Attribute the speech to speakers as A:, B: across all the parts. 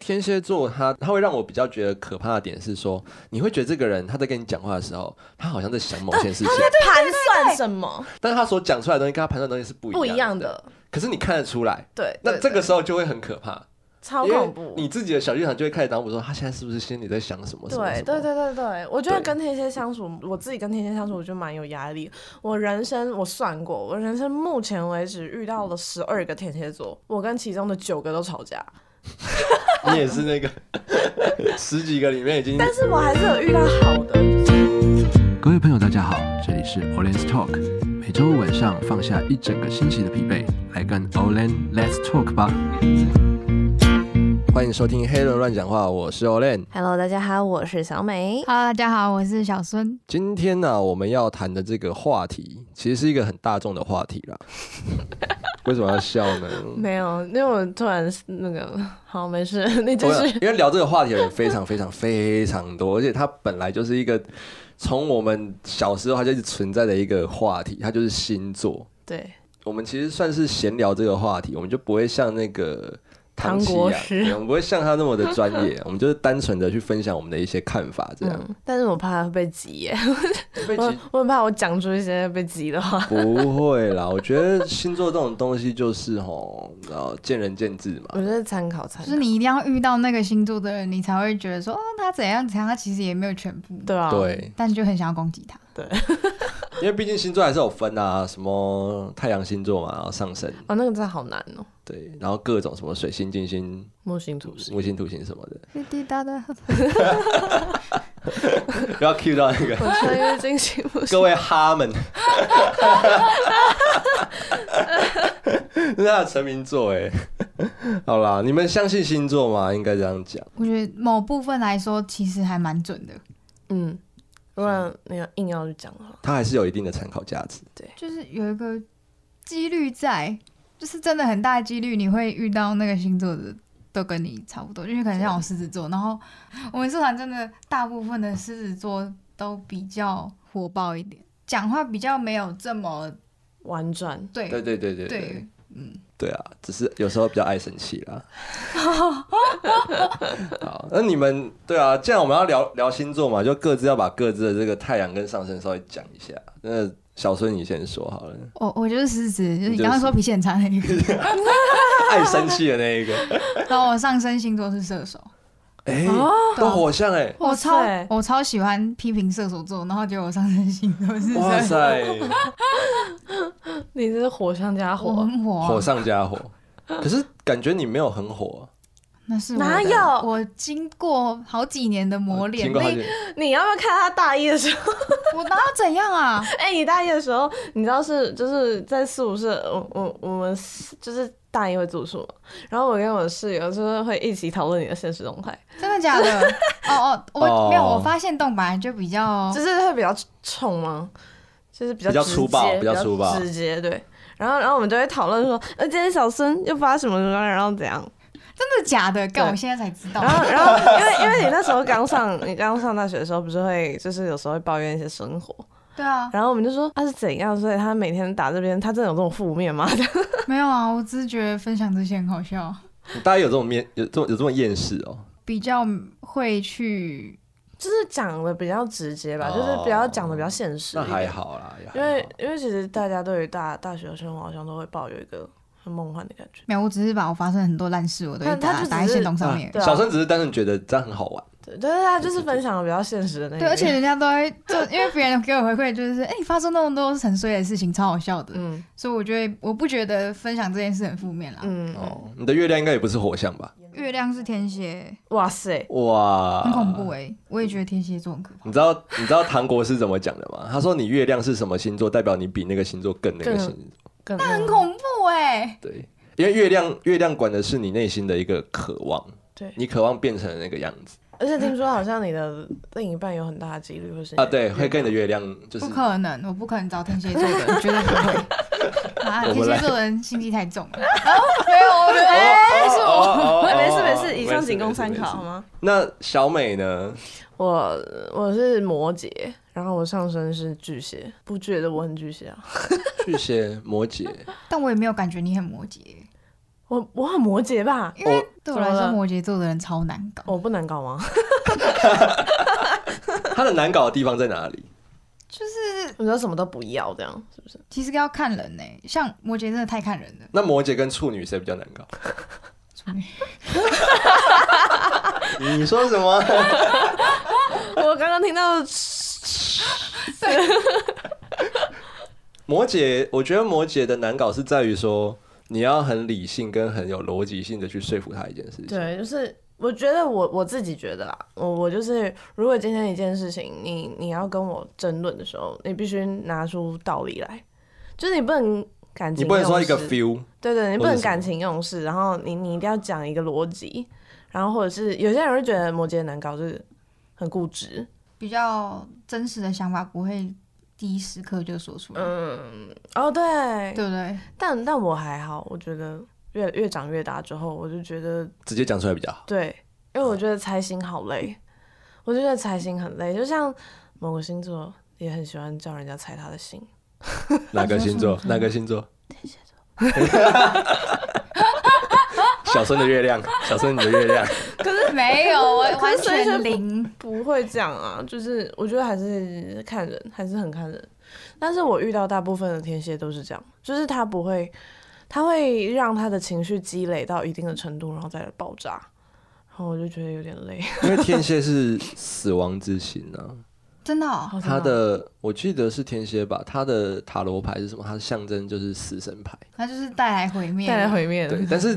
A: 天蝎座他他会让我比较觉得可怕的点是说，你会觉得这个人他在跟你讲话的时候，他好像在想
B: 呃
A: 某件事情，
B: 盘算什么
A: 但是他所讲出来的东西跟他盘算的东西是不
B: 不
A: 一
B: 一
A: 样
B: 样
A: 的。
B: 的，
A: 可是你看得出来，
B: 对，
A: 那
B: 对
A: 这个
B: 对
A: 时候就会很可怕，
B: 超
A: 因为
B: 恐怖。
A: 你自己的小剧场就会开始脑补说他现在是不是心里在想什么什么什
B: 对
A: 么？
B: 对对对对，我觉得
A: 对
B: 跟天蝎相处，我自己跟天蝎相处，我就蛮有压力。我人生我算过，我人生目前为止遇到了十二个天蝎座，我跟其中的九个都吵架，
A: 你也是那个 十几个里面已经。
B: 但是我还是有遇到好的。
A: 各位朋友，大家好，这里是 Olen's Talk，每周五晚上放下一整个星期的疲惫，来跟 Olen Let's Talk 吧。欢迎收听《黑人乱讲话》，我是 Olen。
B: Hello，大家好，我是小美。
C: Hello，大家好，我是小孙。
A: 今天呢、我们要谈的这个话题，其实是一个很大众的话题 啦。为什么要笑呢？
B: 没有，因为我突然那个，好，没事， 你继
A: 我想
B: 续。
A: 哦因为聊这个话题的人非常非常非常多，而且它本来就是一个从我们小时候它就一直存在的一个话题，它就是星座。
B: 对，
A: 我们其实算是闲聊这个话题，我们就不会像那个唐
B: 唐
A: 琪
B: 国
A: 啊
B: 师
A: 对我们不会像他那么的专业， 我们就是单纯的去分享我们的一些看法，这样。
B: 嗯，但是我怕会被急耶，
A: 啊被
B: 我
A: 其
B: 我很怕我讲出一些被急的话。
A: 不会啦，我觉得星座这种东西就是吼，然后见仁见智嘛
B: 我。觉得参考参
C: 就
B: 考
C: 是，你一定要遇到那个星座的人，你才会觉得说，哦，他怎样怎样，他其实也没有全部，
B: 对啊，，
A: 对，
C: 但就很想要攻击他。
A: 因为毕竟星座还是有分啊，什么太阳星座嘛，然后上升，
B: 哦，那个真的好难哦，
A: 对，然后各种什么水星、金星、
B: 木星土星。
A: 木星、土星什么的，
C: 滴滴答答，
A: 不要 cue 到那个
B: 我穿越进行不
A: 各位哈们，这是他的成名作哎。好啦，你们相信星座吗？应该这样讲。
C: 我觉得某部分来说，其实还蛮准的。
B: 嗯，如果你要硬要去讲的话，
A: 它还是有一定的参考价值。
C: 就是有一个几率在，就是真的很大的几率你会遇到那个星座的都跟你差不多，因为可能像我狮子座，然后我们社团真的大部分的狮子座都比较火爆一点，讲话比较没有这么
B: 婉转，
C: 对
A: 对对对对对
C: 对
A: 对啊！只是有时候比较爱生气啦。 好，那你们对啊，既然我们要聊聊星座嘛，就各自要把各自的这个太阳跟上升稍微讲一下。那小孙你先说好了，
C: 我我就是狮子，就是
A: 你
C: 你
A: 就是
C: 刚刚说脾气很差 那个，
A: 爱生气的那一个，
C: 然后我上升星座是射手，
A: 哎、
B: 哦
A: 都火象哎、
B: 哇
C: 我超
B: 塞
C: 我超喜欢批评射手座，然后结果我上升星座是
A: 哇
C: 射手，
A: 塞，
B: 你这是火上加
C: 我
B: 火，
C: 很火啊、
A: 火上加火。可是感觉你没有很火、
C: 那是我的
B: 哪有
C: 我经过好几年的磨练，
A: 呃经过他就
C: 那
B: 你要不要看他大一的时候？
C: 我哪有怎样啊？
B: 哎、你大一的时候，你知道是就是在宿务舍，我我我们是就是大一会住宿嘛，然后我跟我室友就是会一起讨论你的现实动态，
C: 真的假 的？哦哦，
A: 哦
C: 我没有，我发现洞本来就比 较
B: 就是会比较冲吗？就是比较
A: 比较
B: 直
A: 粗暴
B: 接
A: 比较粗暴
B: 直接对。然后，然后我们就会讨论说，呃，今天小孙又发什么什么，然后怎样？
C: 真的假的？干，
B: 对
C: 我现在才知道
B: 然。后，然后，因为因为你那时候刚上，你刚上大学的时候，不是会就是有时候会抱怨一些生活，
C: 对啊，
B: 然后我们就说他是怎样，所以他每天打这边，他真的有这种负面吗？
C: 没有啊，我只是觉得分享这些很好笑，
A: 大家有这种面有这种有这么厌世哦、
C: 比较会去
B: 就是讲的比较直接吧，
A: 哦
B: 就是比较讲的比较现实。
A: 那还，好啦，也还好
B: 因为因为其实大家对于大大学生活好像都会抱有一个很梦幻的感觉，
C: 没有，我只是把我发生很多烂事，我都会
B: 但他
C: 打
B: 就只
C: 打在线
B: 是
C: 洞上面而已。
B: 对啊
A: 小生只是单纯觉得这样很好玩，
B: 对，但是他就是分享的比较现实的那一
C: 对，
B: 面
C: 而且人家都会，就因为别人给我回馈就是，哎、你发生那么多很衰的事情，超好笑的，
B: 嗯
C: 所以我觉得我不觉得分享这件事很负面啦。
B: 嗯，
A: 哦，你的月亮应该也不是火象吧？
C: 月亮是天蝎，
B: 哇塞，
A: 哇，
C: 很恐怖哎、我也觉得天蝎座很可怕
A: 你。知道你知道唐国是怎么讲的吗？他说你月亮是什么星座，代表你比那个星座更那个
B: 更
A: 星座。
B: 更
C: 那很恐怖哎、
A: 对，因为月亮月亮管的是你内心的一个渴望，
B: 对，
A: 你渴望变成那个样子
B: 而且听说好像你的另一半有很大的几率会是
A: 啊，对，会跟你的月亮就是
C: 不可能，我不可能找天蝎座的，人，绝对不会。啊，
A: 我
C: 天
A: 们来
C: 蝎座的人心机太重了。 哦没有，没有。
A: 哎，是我
B: 没事没事，以上仅供参考好。
A: 哦没事
B: 吗？
A: 那小美 呢？
B: 我我是摩羯，然后我上身是巨蟹，不觉得我很巨蟹啊？
A: 巨蟹、摩羯，
C: 但我也没有感觉你很摩羯，
B: 我我很摩羯吧？
C: 因为
A: 哦
C: 对我来
B: 怎么
C: 说，
B: 了
C: 摩羯座的人超难搞，
B: 我不难搞吗？
A: 他的难搞的地方在哪里？
C: 就是
B: 我觉得什么都不要这样，是不是？
C: 其实要看人呢、像摩羯真的太看人了。
A: 那摩羯跟处女谁比较难搞？
C: 处女
A: 你说什么？
B: 我刚刚听到，
A: 摩羯，我觉得摩羯的难搞是在于说，你要很理性跟很有逻辑性的去说服他一件事情。，
B: 对，就是我觉得我我自己觉得啦，我我就是，如果今天一件事情，你你要跟我争论的时候，你必须拿出道理来，就是你不能感情
A: 你不能说一个
B: 用事
A: feel，
B: 对对，你不
A: 或者
B: 能
A: 什
B: 感
A: 么
B: 情用事，然后你你一定要讲一个逻辑，然后或者是有些人会觉得摩羯难搞，就是很固执，
C: 比较真实的想法不会第一时刻就说出来，
B: 嗯，哦对，
C: 对不对？
B: 但但我还好，我觉得越越长越大之后，我就觉得
A: 直接讲出来比较好。
B: 对，因为我觉得猜心好累，我就觉得猜心很累，就像某个星座也很喜欢叫人家猜他的心，
A: 哪个星座
C: 你说？处女
A: 哪个星座？ 小孙的月亮，小孙你的月亮，
C: 没有，我
B: 可
C: 完
B: 是所以就
C: 全零。
B: 不会这样啊，就是我觉得还是看人，还是很看人。但是我遇到大部分的天蝎都是这样，就是他不会，他会让他的情绪积累到一定的程度，然后再爆炸，然后我就觉得有点累。
A: 因为天蝎是死亡之星啊。
C: 真的、哦，
A: 他的我记得是天蝎吧，他的塔罗牌是什么？它的象征就是死神牌。
C: 他就是带来毁灭，
B: 带来毁
C: 嗯
B: 灭，
A: 对，但是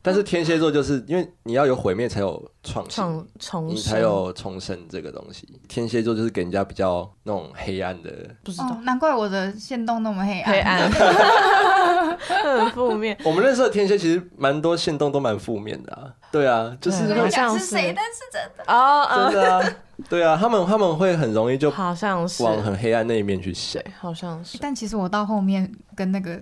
A: 但是天蝎座就是因为你要有毁灭才有创新，
B: 创重
A: 你
B: 生
A: 才有重生这个东西。天蝎座就是给人家比较那种黑暗的。
B: 不知道
C: 哦，难怪我的线动那么黑暗。
B: 黑暗， 很负面。
A: 我们认识的天蝎其实蛮多线动都蛮负面的啊，对啊，就是
B: 对
A: 那种
B: 好
C: 不
B: 像
C: 讲是谁
B: 是，
C: 但是真的
B: 哦，
A: 真
B: 呃，
A: 的啊，对啊，他们他们会很容易就
B: 好像是，
A: 往很黑暗那一面去想。
B: 对，好像是。
C: 但其实我到后面跟那个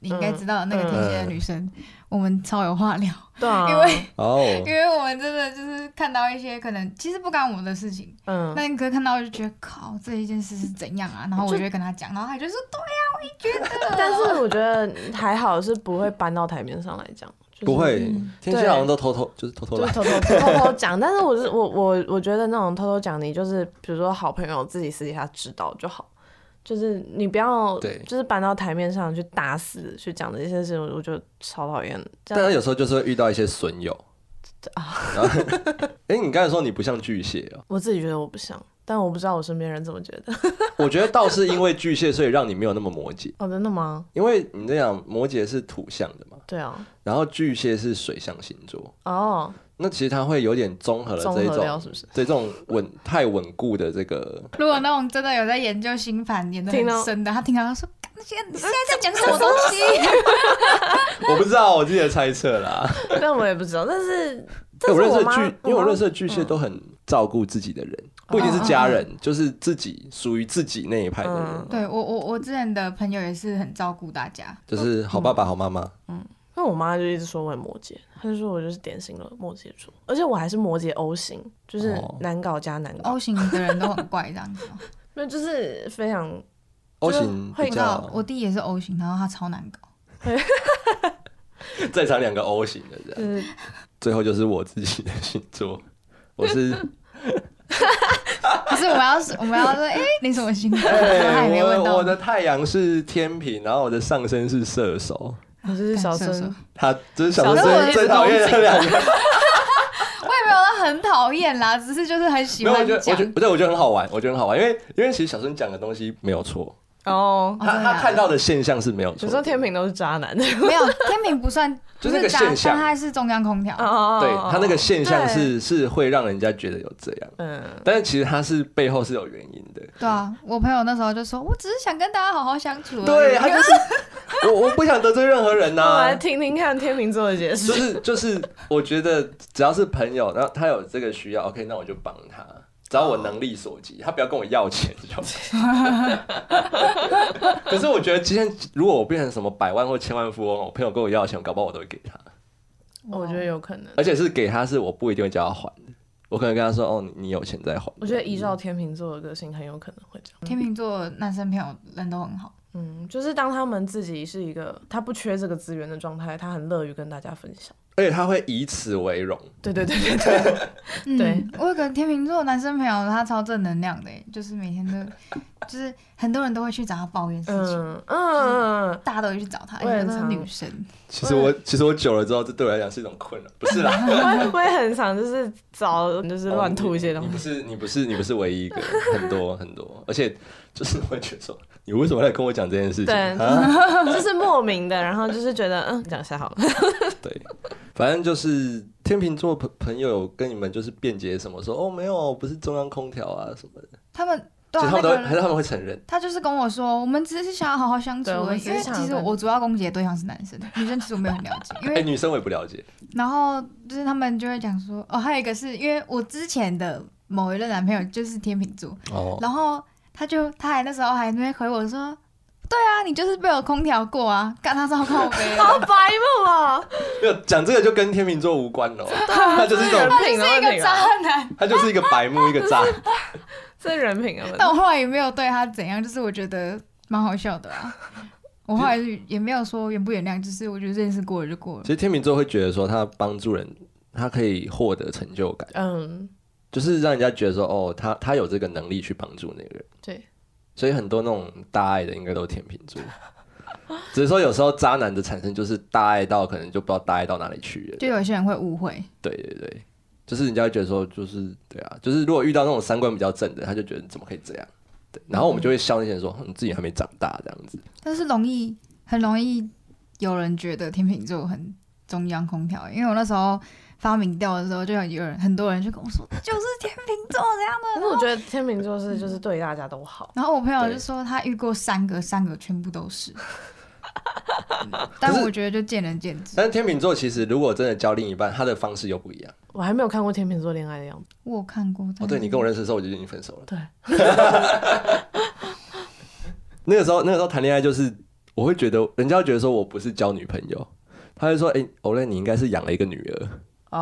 C: 你应该
B: 嗯
C: 知道的那个天蝎的女生，我们超有话聊，
B: 对啊，
C: 因为
A: 哦，
C: 因为我们真的就是看到一些可能其实不干我们的事情，
B: 嗯，
C: 但你哥看到就觉得靠这一件事是怎样啊，然后我就会跟他讲，然后他就说对呀、我也觉得，
B: 但是我觉得还好是不会搬到台面上来讲，就是、
A: 不会
C: 嗯，
A: 天蝎好像都偷偷就是偷偷
B: 就
A: 来
B: 是。偷偷偷偷讲。但是我是我我我觉得那种偷偷讲，你就是比如说好朋友自己私底下知道就好。就是你不要，
A: 对
B: 就是搬到台面上去打死去讲的一些事情，我就超讨厌。这
A: 但
B: 样
A: 他有时候就是会遇到一些损友
B: 啊
A: 然后哎、你刚才说你不像巨蟹哦、
B: 我自己觉得我不想，但我不知道我身边人怎么觉得。
A: 我觉得倒是因为巨蟹，所以让你没有那么摩羯。
B: 哦，真的吗？
A: 因为你这样，摩羯是土象的嘛，
B: 对啊，
A: 然后巨蟹是水象星座，
B: 哦，
A: 那其实它会有点综合了
B: 综
A: 这一
B: 合掉
A: 种，
B: 是不是？
A: 这种稳太稳固的这个，
C: 如果那种真的有在研究星盘研的
B: 听到
C: 很深的，他听到他说干那些你现在在讲什么东西？
A: 我不知道我自己的猜测啦。
B: 但我也不知道，但是，
A: 因为
B: 但
A: 我
B: 是
A: 认识的
B: 妈
A: 巨，因为我
B: 妈嗯
A: 认识的巨蟹都很照顾自己的人，不一定是家人，就是自己属于自己那一派的人
B: 嗯，
C: 对我我我之前的朋友也是很照顾大家，
A: 就是
B: 嗯
A: 好爸爸、好妈妈。
B: 那我妈就一直说我很摩羯，她就说我就是典型的摩羯座，而且我还是摩羯 O 型，就是
A: 哦
B: 难搞加难搞，
C: O 型的人都很怪这样子嘛。
B: 那、就是非常
A: O
B: 就是
A: 型
B: 会
A: 比
C: 你知道
A: 较，
C: 我弟也是 O 型，然后他超难搞。
A: 在场两个 O 型的人，
B: 就是
A: 最后就是我自己的星座，我 是
C: 可是我们要我们要说，哎、你什么星座？他还
A: 哎，
C: 没问
A: 我
C: 到
A: 我。的太阳是天平，然后我的上升是射手。
B: 我就是小
C: 干射手
B: 生，
A: 他就是小时候
C: 小时候我也
A: 最最
C: 是
A: 讨厌的两个，
C: 我也没有到很讨厌啦，只是就是很喜
A: 没有，我
C: 欢
A: 觉得，我
C: 讲
A: 觉得，。对，我觉得很好玩，我觉得很好玩，因为因为其实小孙讲的东西没有错，
B: 哦，
C: 哦
A: 他
C: 真的
A: 他
C: 啊
A: 看到的现象是没有
B: 你
A: 错
B: 说
A: 的。
B: 天平都是渣男，
C: 没有天平不算，
A: 就
C: 不
A: 那个
C: 是渣，
A: 现象
C: 但他是中央空调。
B: 哦，
A: 对他那个现象
B: 对
A: 是是会让人家觉得有这样，
B: 嗯，
A: 但是其实他是背后是有原因的。
C: 对啊，我朋友那时候就说，我只是想跟大家好好相处而已。
A: 对，他 就是我我不想得罪任何人
B: 那我来
A: 呐、
B: 听听看天秤座的解
A: 就
B: 释。
A: 是就是，我觉得只要是朋友，然后他有这个需要，OK，那我就帮他，只要我能力所及，他不要跟我要钱就好。可是我觉得今天如果我变成什么百万或千万富翁，我朋友跟我要钱，搞不好我都会给他，
C: 哇
B: 我觉得有可能，
A: 而且是给他是我不一定会叫他还的，我可能跟他说哦，你你有钱再还。
B: 我觉得依照天秤座的个性，很有可能会这样。
C: 天秤座男生朋友人都很好，
B: 嗯，就是当他们自己是一个他不缺这个资源的状态，他很乐于跟大家分享。
A: 而且他会以此为荣。
B: 对对对对对，
C: 嗯
B: 对，
C: 我有个天秤座男生朋友，他超正能量的耶，就是每天都，就是很多人都会去找他抱怨事情，
B: 嗯嗯嗯嗯，
C: 大家都会去找他，因
B: 我也
C: 为都是
B: 常
C: 女生。
A: 其实我其实我久了之后，这对我来讲是一种困扰，不是啦，
B: 嗯我也我也很常就是找就是乱吐一些东
A: 哦你不
B: 西。
A: 是你不是你不是唯一一个， 很多很多，而且就是会觉得说，你为什么来跟我讲这件事情？
B: 对
A: 啊，
B: 就是莫名的，然后就是觉得嗯，讲一下好了。
A: 对，反正就是天秤座朋朋友有跟你们就是辩解什么说哦没有，不是中央空调啊什么的，
C: 他们对
A: 其
C: 啊
A: 实，他们
C: 那
A: 都会
C: 个
A: 还是
C: 人
A: 他们会承认，
C: 他就是跟我说，我们只是想要好好相处
B: 对我
C: 而
B: 们
C: 已，
B: 只
C: 因
B: 是
C: 为
B: 想
C: 其实
B: 跟
C: 我主要攻击的对象是男生，女生其实我没有很了解，因
A: 哎、
C: 为
A: 女生我也不了解，
C: 然后就是他们就会讲说，哦，还有一个是因为我之前的某一任男朋友就是天秤座，
A: 哦，
C: 然后他就他还那时候还在那边回我说，对啊，你就是被我空调过啊，干他超靠背的，
B: 好白目 哦，
A: 没有讲这个就跟天秤座无关了，哦
B: 啊
A: 他就是一种
C: 他就是一个渣
B: 哦
C: 男。
A: 他就是一个白目一个渣，
B: 这啊是人品啊！问题
C: 但我后来也没有对他怎样，就是我觉得蛮好笑 的啊。我后来也没有说原不原谅，就是我觉得这件事过了就过了
A: 其。实天秤座会觉得说他帮助人，他可以获得成就感，
B: 嗯，
A: 就是让人家觉得说哦，他他有这个能力去帮助那个人。
B: 对，
A: 所以很多那种大爱的应该都是天秤座， 只是说有时候渣男的产生就是大爱到可能就不知道大爱到哪里去了。
C: 就有些人会误会，
A: 对对对，就是人家会觉得说就是对啊，就是如果遇到那种三观比较正的，他就觉得你怎么可以这样。对，然后我们就会笑那些人说嗯你自己还没长大这样子。
C: 但是容易很容易有人觉得天秤座很中央空调，欸因为我那时候发民调的时候，就有有人很多人就跟我说就是天秤座这样
B: 但
C: 的。
B: 是我觉得天秤座是就是对大家都好，
C: 然后我朋友
A: 对
C: 就说他遇过三个，三个全部都是。嗯但
A: 可是呃
C: 我觉得就见仁见智。
A: 但是天秤座其实如果真的交另一半，他的方式又不一样。
B: 我还没有看过天秤座恋爱的样子。
C: 我有看过，
A: 哦，
C: 但
A: 对
C: 是
A: 你跟我认识的时候我就已经分手了。
B: 对，
A: 那个时候，那个时候谈恋爱就是，我会觉得人家会觉得说我不是交女朋友，他会说，哎、欧雷，你应该是养了一个女儿，
B: 哦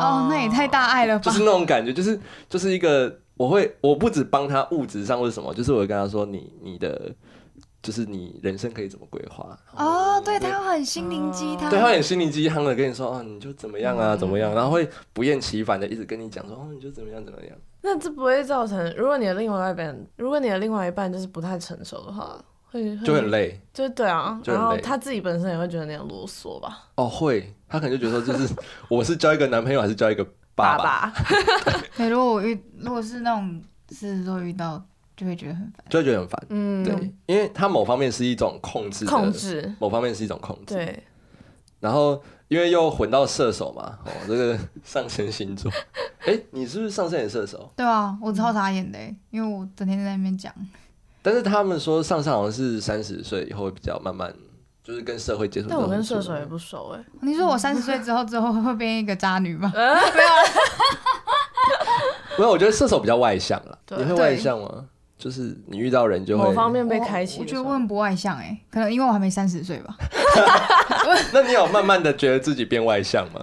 C: 哦，那也太大爱了
A: 就
C: 吧
A: 是？那种感觉，就是就是一个，我会我不止帮他物质上或者什么，就是我会跟他说你，你的就是你人生可以怎么规划。
C: 哦，对他很心灵鸡汤，
A: 对他很心灵鸡汤的跟你说，哦，你就怎么样啊，怎么样，然后会不厌其烦的一直跟你讲说，哦，你就怎么样怎么样。
B: 那这不会造成，如果你的另外一半，如果你的另外一半就是不太成熟的话，会
A: 就很，累。
B: 就对啊，
A: 就很
B: 然后
A: 累
B: 他自己本身也会觉得你很啰嗦吧，
A: 哦，会，他可能就觉得说，就是 我是交一个男朋友还是交一个爸
B: 爸爸，
C: 对，如果我遇如果是那种狮子座遇到，就会觉得很烦。
A: 就会觉得很烦。
B: 嗯，
A: 对，因为它某方面是一种控制的，
B: 控制，
A: 某方面是一种控制。，
B: 对，
A: 然后因为又混到射手嘛，哦，这个 上升星座，哎、你是不是上升也射手？
C: 对啊，我超傻眼的欸，因为我整天在那边讲，
A: 但是他们说上升好像是三十岁以后会比较慢慢，就是跟社会接触。
B: 但我跟射手也，不熟哎，
C: 你说我三十岁之后之后会变一个渣女吗？
A: 没有，我觉得射手比较外向了。
B: 对
A: 你会外向吗？就是你遇到人就
B: 某
A: 会，
B: 方面被开启的
C: 我我
B: 时
C: 觉
B: 候，
C: 得我很不外向哎，可能因为我还没三十岁吧。
A: 那你有慢慢的觉得自己变外向吗？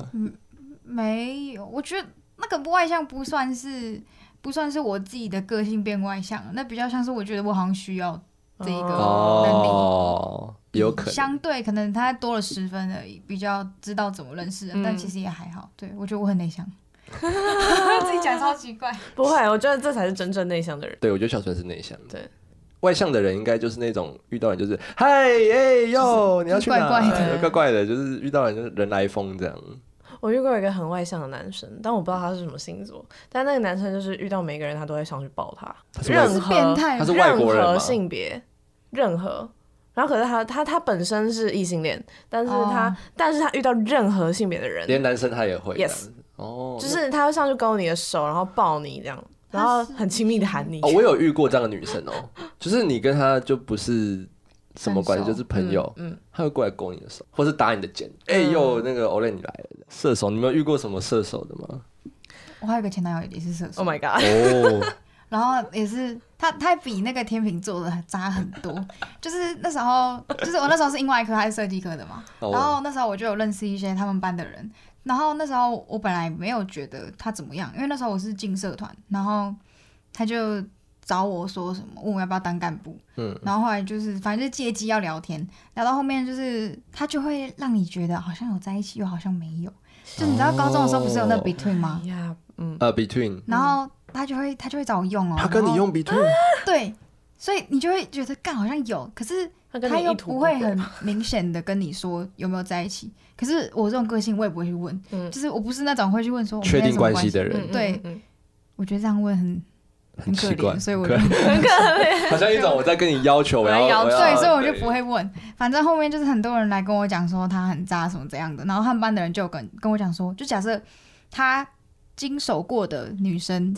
C: 没有，我觉得那个不外向不算是不算是我自己的个性变外向，那比较像是我觉得我好像需要这一个能力。
A: 哦，有可能。
C: 哦嗯相对可能他多了十分而已，比较知道怎么认识
B: 嗯
C: 人，但其实也还好。对我觉得我很内向，自己讲超奇怪。
B: 不会，我觉得这才是真正内向的人，
A: 对，我觉得小纯是内向的。
B: 对，
A: 外向的人应该就是那种遇到人就是嗨哎哟，你要去哪？
C: 怪怪
B: 的
A: 怪怪的，就是遇到人就是人来疯这样。
B: 我遇过一个很外向的男生，但我不知道他是什么星座，但那个男生就是遇到每个人他都会想去抱他，
A: 他是外
B: 任
C: 是
B: 何
C: 变态
A: 他是外国人吗
B: 任何性别，任何。然后可是他他他本身是异性恋，但是他、
C: 哦
B: 但是他遇到任何性别的人，
A: 连男生他也会。
B: Yes
A: 这样子哦，
B: 就是他会上去勾你的手，然后抱你这样，然后很亲密的喊你。
A: 哦，我有遇过这样的女生哦，就是你跟她就不是什么关系，
C: 很熟
A: 就是朋友，
B: 嗯，嗯
A: 她会过来勾你的手，或是打你的肩。哎呦，那个 Olay 你来了，射手，你们有遇过什么射手的吗？
C: 我还有个前男友也是射手
B: ，Oh my god，
A: 哦，
C: 然后也是他，他比那个天秤座的渣很多。就是那时候，就是我那时候是英外科还是设计科的嘛，
A: 哦
C: 然后那时候我就有认识一些他们班的人。然后那时候我本来没有觉得他怎么样，因为那时候我是进社团，然后他就找我说什么，问我要不要当干部，
A: 嗯，
C: 然后后来就是反正就借机要聊天，聊到后面就是他就会让你觉得好像有在一起，又好像没有。就你知道高中的时候不是有那
A: 哦
C: between 吗？
B: 哎呀，嗯，
A: 呃，between，
C: 然后他就会他就会找我用哦，
A: 他跟
C: 然
A: 你
C: 后
A: 用 between，
C: 对，所以你就会觉得干好像有，可是
B: 他跟
C: 他
B: 你
C: 又
B: 意图
C: 不会
B: 轨
C: 很明显的跟你说有没有在 一起。可是我这种个性我也不会去问，
B: 嗯
C: 就是我不是那种会去问说我们
A: 确
C: 现在
A: 定
C: 什么
A: 关系的人
B: 嗯
C: 对，
B: 嗯
C: 我觉得这样 问很
A: 很
C: 可
A: 奇怪，
C: 怜，所以我
A: 可
C: 就
B: 嗯 很可怜。
A: 好像一种我在跟你要求，我
B: 我
A: 要
B: 要要
A: 我要
C: 对，所以我就不会问。反正后面就是很多人来跟我讲说他很渣什么怎样的，然后他们班的人就有跟跟我讲说，就假设他经手过的女生，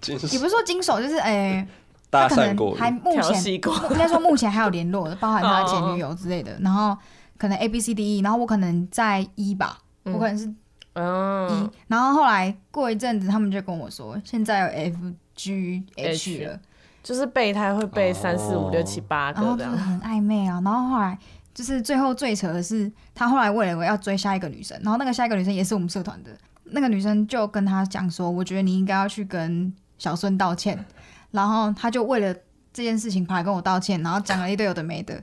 A: 经
C: 也不是说经手，就是哎，
A: 搭
C: 他可
A: 讪
C: 能
A: 过，
C: 还目
B: 调
C: 前
B: 戏哦过，
C: 应该说目前还有联络的，包含他的前女友之类的。然后可能 A B C D E，然后我可能在一、吧，我可能是一、
B: 嗯，
C: 然后后来过一阵子，他们就跟我说，现在有 F G H 了，
B: 就是备胎会备
A: 哦
B: 三四五六七八
C: 然
B: 个
C: 后
B: 这
C: 就是
B: 样。
C: 很暧昧啊。然后后来就是最后最扯的是，他后来为了我要追下一个女生，然后那个下一个女生也是我们社团的，那个女生就跟他讲说，我觉得你应该要去跟小孙道歉。然后他就为了这件事情跑来跟我道歉，然后讲了一堆有的没的。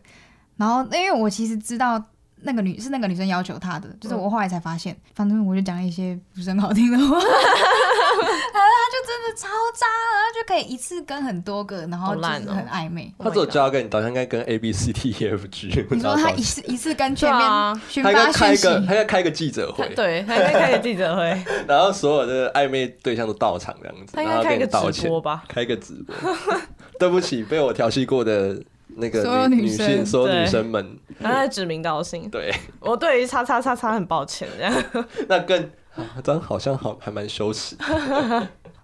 C: 然后因为我其实知道那个女是那个女生要求他的，就是
B: 嗯
C: 我后来才发现，反正我就讲了一些不是很好听的话。 然后他就真的超渣了，然后就可以一次跟很多个，然后
B: 好
C: 就
B: 烂哦
C: 是很暧昧。
A: 他只有教跟你导向，应该跟 A B C D E F G。
C: 你说 他一次一次跟全
B: 对
C: 面
B: 啊
C: 群
A: 他应
C: 发
A: 该开
C: 讯
A: 一
C: 息，
A: 个，他应该开一个记者会，
B: 对，他应该开个记者会，
A: 然后所有的暧昧对象都到场这样子，
B: 他应
A: 然后
B: 该
A: 跟
B: 开
A: 你
B: 个
A: 道
B: 直
A: 歉，
B: 播吧？
A: 开一个直播。 对不起，被我调戏过的那
C: 所有
A: 个
C: 女
A: 女
C: 生
A: 性，所有
B: 对
A: 女生们，
B: 然后他指名道姓。
A: 对，
B: 我对于叉叉叉叉很抱歉，这样。
A: 那更啊这样好像好还蛮羞 耻，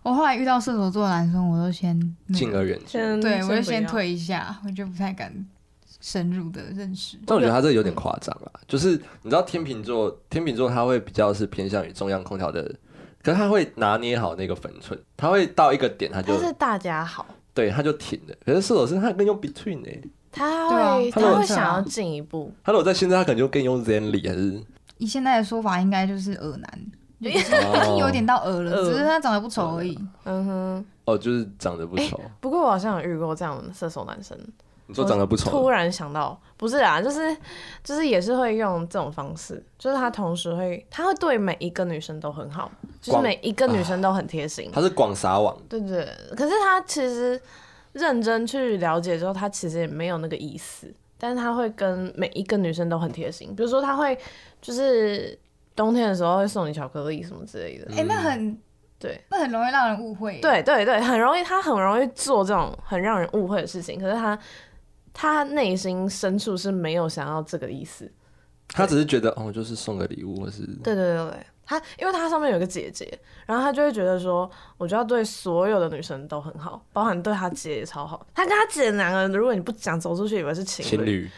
C: 我后来遇到射手座的男生，我都先那
A: 敬
C: 个
A: 而远之。
B: 先
C: 对我就
B: 不
C: 嗯先啊
B: 要。
C: 退一下，我就不太敢深入的认识。
A: 但我
B: 啊
A: 觉得他这个有点夸张啦，就是你知道天秤座，天秤座他会比较是偏向于中央空调的，可是他会拿捏好那个分寸，他会到一个点他就
B: 他是大家好，
A: 对他就停了。可是射手是他更用 between 哎、
B: 他
C: 对啊
B: 会
A: 他如
B: 他
A: 果
B: 会想要进一步，
A: 他如果在现在他可能就更用 Zenly 还是
C: 以现在的说法，应该就是恶男， 就已经已经有点到恶了，
B: 恶
C: 只是他长得不丑而已。
B: 嗯哼。
A: 哦，就是长得不丑。
B: 不过我好像有遇过这样的射手男生，
A: 你说长得不
B: 突
A: 丑，
B: 然想到，不是啊，就是就是也是会用这种方式，就是他同时会，他会对每一个女生都很好，就是
A: 光啊
B: 每一个女生都很贴心，
A: 他是广撒网，
B: 对对对。可是他其实认真去了解之后，他其实也没有那个意思，但是他会跟每一个女生都很贴心，比如说他会就是冬天的时候会送你巧克力什么之类的，
C: 哎、那很
B: 对。
C: 那很容易让人误会。，
B: 对对对，很容易，他很容易做这种很让人误会的事情。可是他，他内心深处是没有想要这个意思。
A: 他只是觉得哦，就是送个礼物或是
B: 对对对对，他因为他上面有个姐姐，然后他就会觉得说，我就要对所有的女生都很好，包含对他姐也超好。他跟他姐两个人，如果你不讲走出去，以为是情侣。
A: 情侣。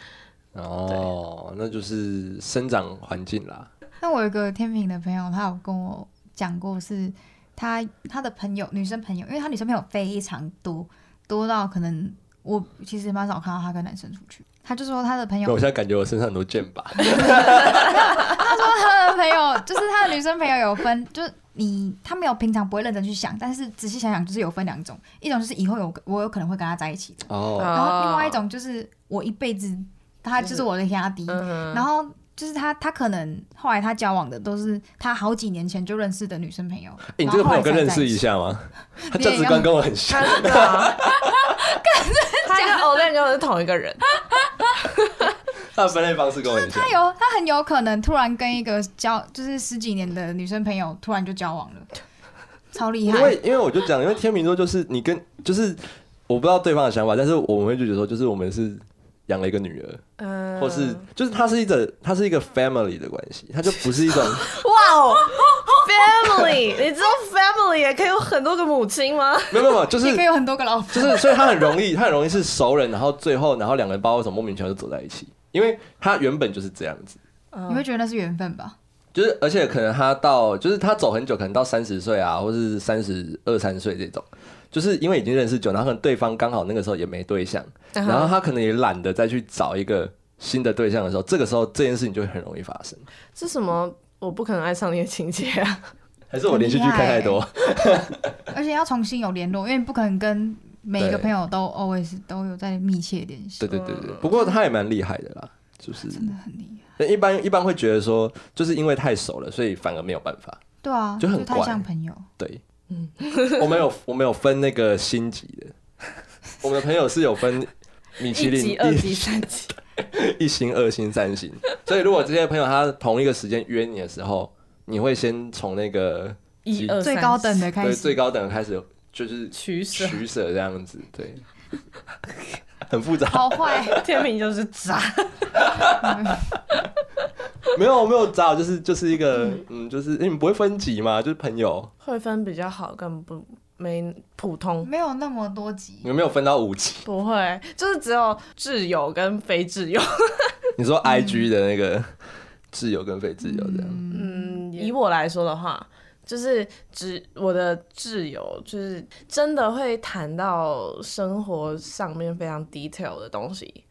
A: 哦，那就是生长环境啦。
C: 那我有一个天平的朋友，他有跟我讲过是，他他的朋友女生朋友，因为他女生朋友非常多，多到可能我其实蛮少看到他跟男生出去。他就说他的朋友
A: 我现在感觉我身上很多箭 靶，
C: 他说他的朋友，就是他的女生朋友有分， 就是你他没有平常不会认真去想，但是仔细想想就是有分两种，一种就是以后有我有可能会跟他在一起的，
A: 哦，
B: 啊
C: 然后另外一种就是我一辈子他就是我的压低，
B: 嗯
C: 然后。就是他，他可能后来他交往的都是他好几年前就认识的女生朋友。
A: 哎，你这个朋友跟认识一
C: 下，
A: 下吗？他
C: 你也
A: 价值观跟我很像
B: 他， 是干 嘛？啊他跟欧蛋根本是同一个人，
A: 他的分类方式跟我很像
C: 他。有他很有可能突然跟一个交就是十几年的女生朋友突然就交往了，超厉害。
A: 因为因为我就讲，因为天秤座就是你跟就是我不知道对方的想法，但是我们会就觉得说，就是我们是养了一个女儿，
B: 嗯，
A: 或是就是它是一个它是一个 family 的关系，它就不是一 种
B: 哇哦，family，你 知道 family 也可以有很多个母亲吗？
A: 没有没有没有，就是
C: 也可以有很多个老婆。
A: 就是，所以他很容易，他很容易是熟人，然后最后，然后两个人不知道为什么莫名其妙就走在一起，因为他原本就是这样子，
C: 你会觉得那是缘分吧？
A: 就是而且可能他到，就是他走很久，可能到三十岁啊，或是三十二三岁这种，就是因为已经认识久，然后可能对方刚好那个时候也没对象，
B: 嗯
A: 然后他可能也懒得再去找一个新的对象的时候，这个时候这件事情就会很容易发生。
B: 是什么？我不可能爱上你的情节啊！
A: 还是我连续剧看太多，
C: 而且要重新有联络，因为你不可能跟每一个
A: 对
C: 朋友都 always 都有在密切联系，
A: 对对对对，不过他也蛮厉害的啦，就是
C: 真的很厉害。
A: 一般一般会觉得说，就是因为太熟了，所以反而没有办法。
C: 对啊，
A: 就
C: 就
A: 很
C: 太
A: 怪
C: 像朋友。
A: 对，
B: 嗯
A: 我们有我们有分那个星级的，我们的朋友是有分米
B: 一
A: 其林
B: 级、二级、三 级，
A: 一星、二星、三星。所以如果这些朋友他同一个时间约你的时候，你会先从那个
B: 一二
C: 最高等
B: 的
C: 的开
A: 对
C: 始，
A: 最高等的开始，就是
B: 取舍。
A: 取舍这样子，对，很复杂。
C: 好坏，啊
B: 天平就是渣，
A: 没有没有找，就是就是一个嗯，就是因为你不会分级嘛，就是朋友，
B: 会分比较好跟不没普通。
C: 没有那么多
A: 你
C: 集，
A: 们没有分到五级。
B: 不会，就是只有挚友跟非挚友。
A: 你说 I G 的那个挚友跟非挚友这样，
B: 嗯，以我来说的话，就是只我的挚友，就是真的会谈到生活上面非常 detail 的东西，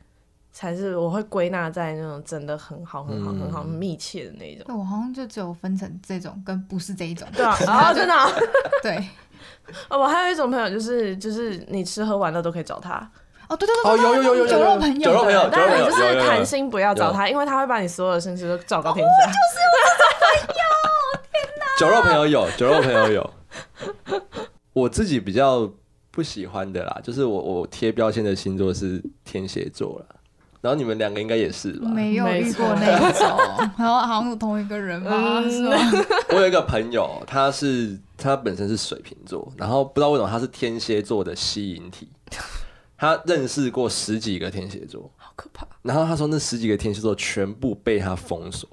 B: 才是我会归纳在那种真的很好、很好、
A: 嗯
B: 很好、很密切的那一种。
C: 对我好像就只有分成这种跟不是这一种，
B: 对啊，哦，真的啊、
C: 对，
B: 哦，我还有一种朋友，就是就是你吃喝玩乐都可以找他，
C: 哦对对对
A: 哦
C: 对，
A: 有有有有有
C: 酒肉朋友，
A: 酒肉朋友
B: 当然你就
A: 有有
B: 是
A: 有有
B: 谈心不要找他，因为他会把你所有的心事都昭告天下。
A: 酒肉朋友有， 酒肉朋友有。我自己比较不喜欢的啦，就是我我贴标签的星座是天蝎座了，然后你们两个应该也是吧？
C: 没有遇过那一 种，然后好像有同一个人吗？
B: 嗯
C: 是吗？
A: 我有一个朋友，他是他本身是水瓶座，然后不知道为什么他是天蝎座的吸引体，他认识过十几个天蝎座，
B: 好可怕！
A: 然后他说那十几个天蝎座全部被他封锁，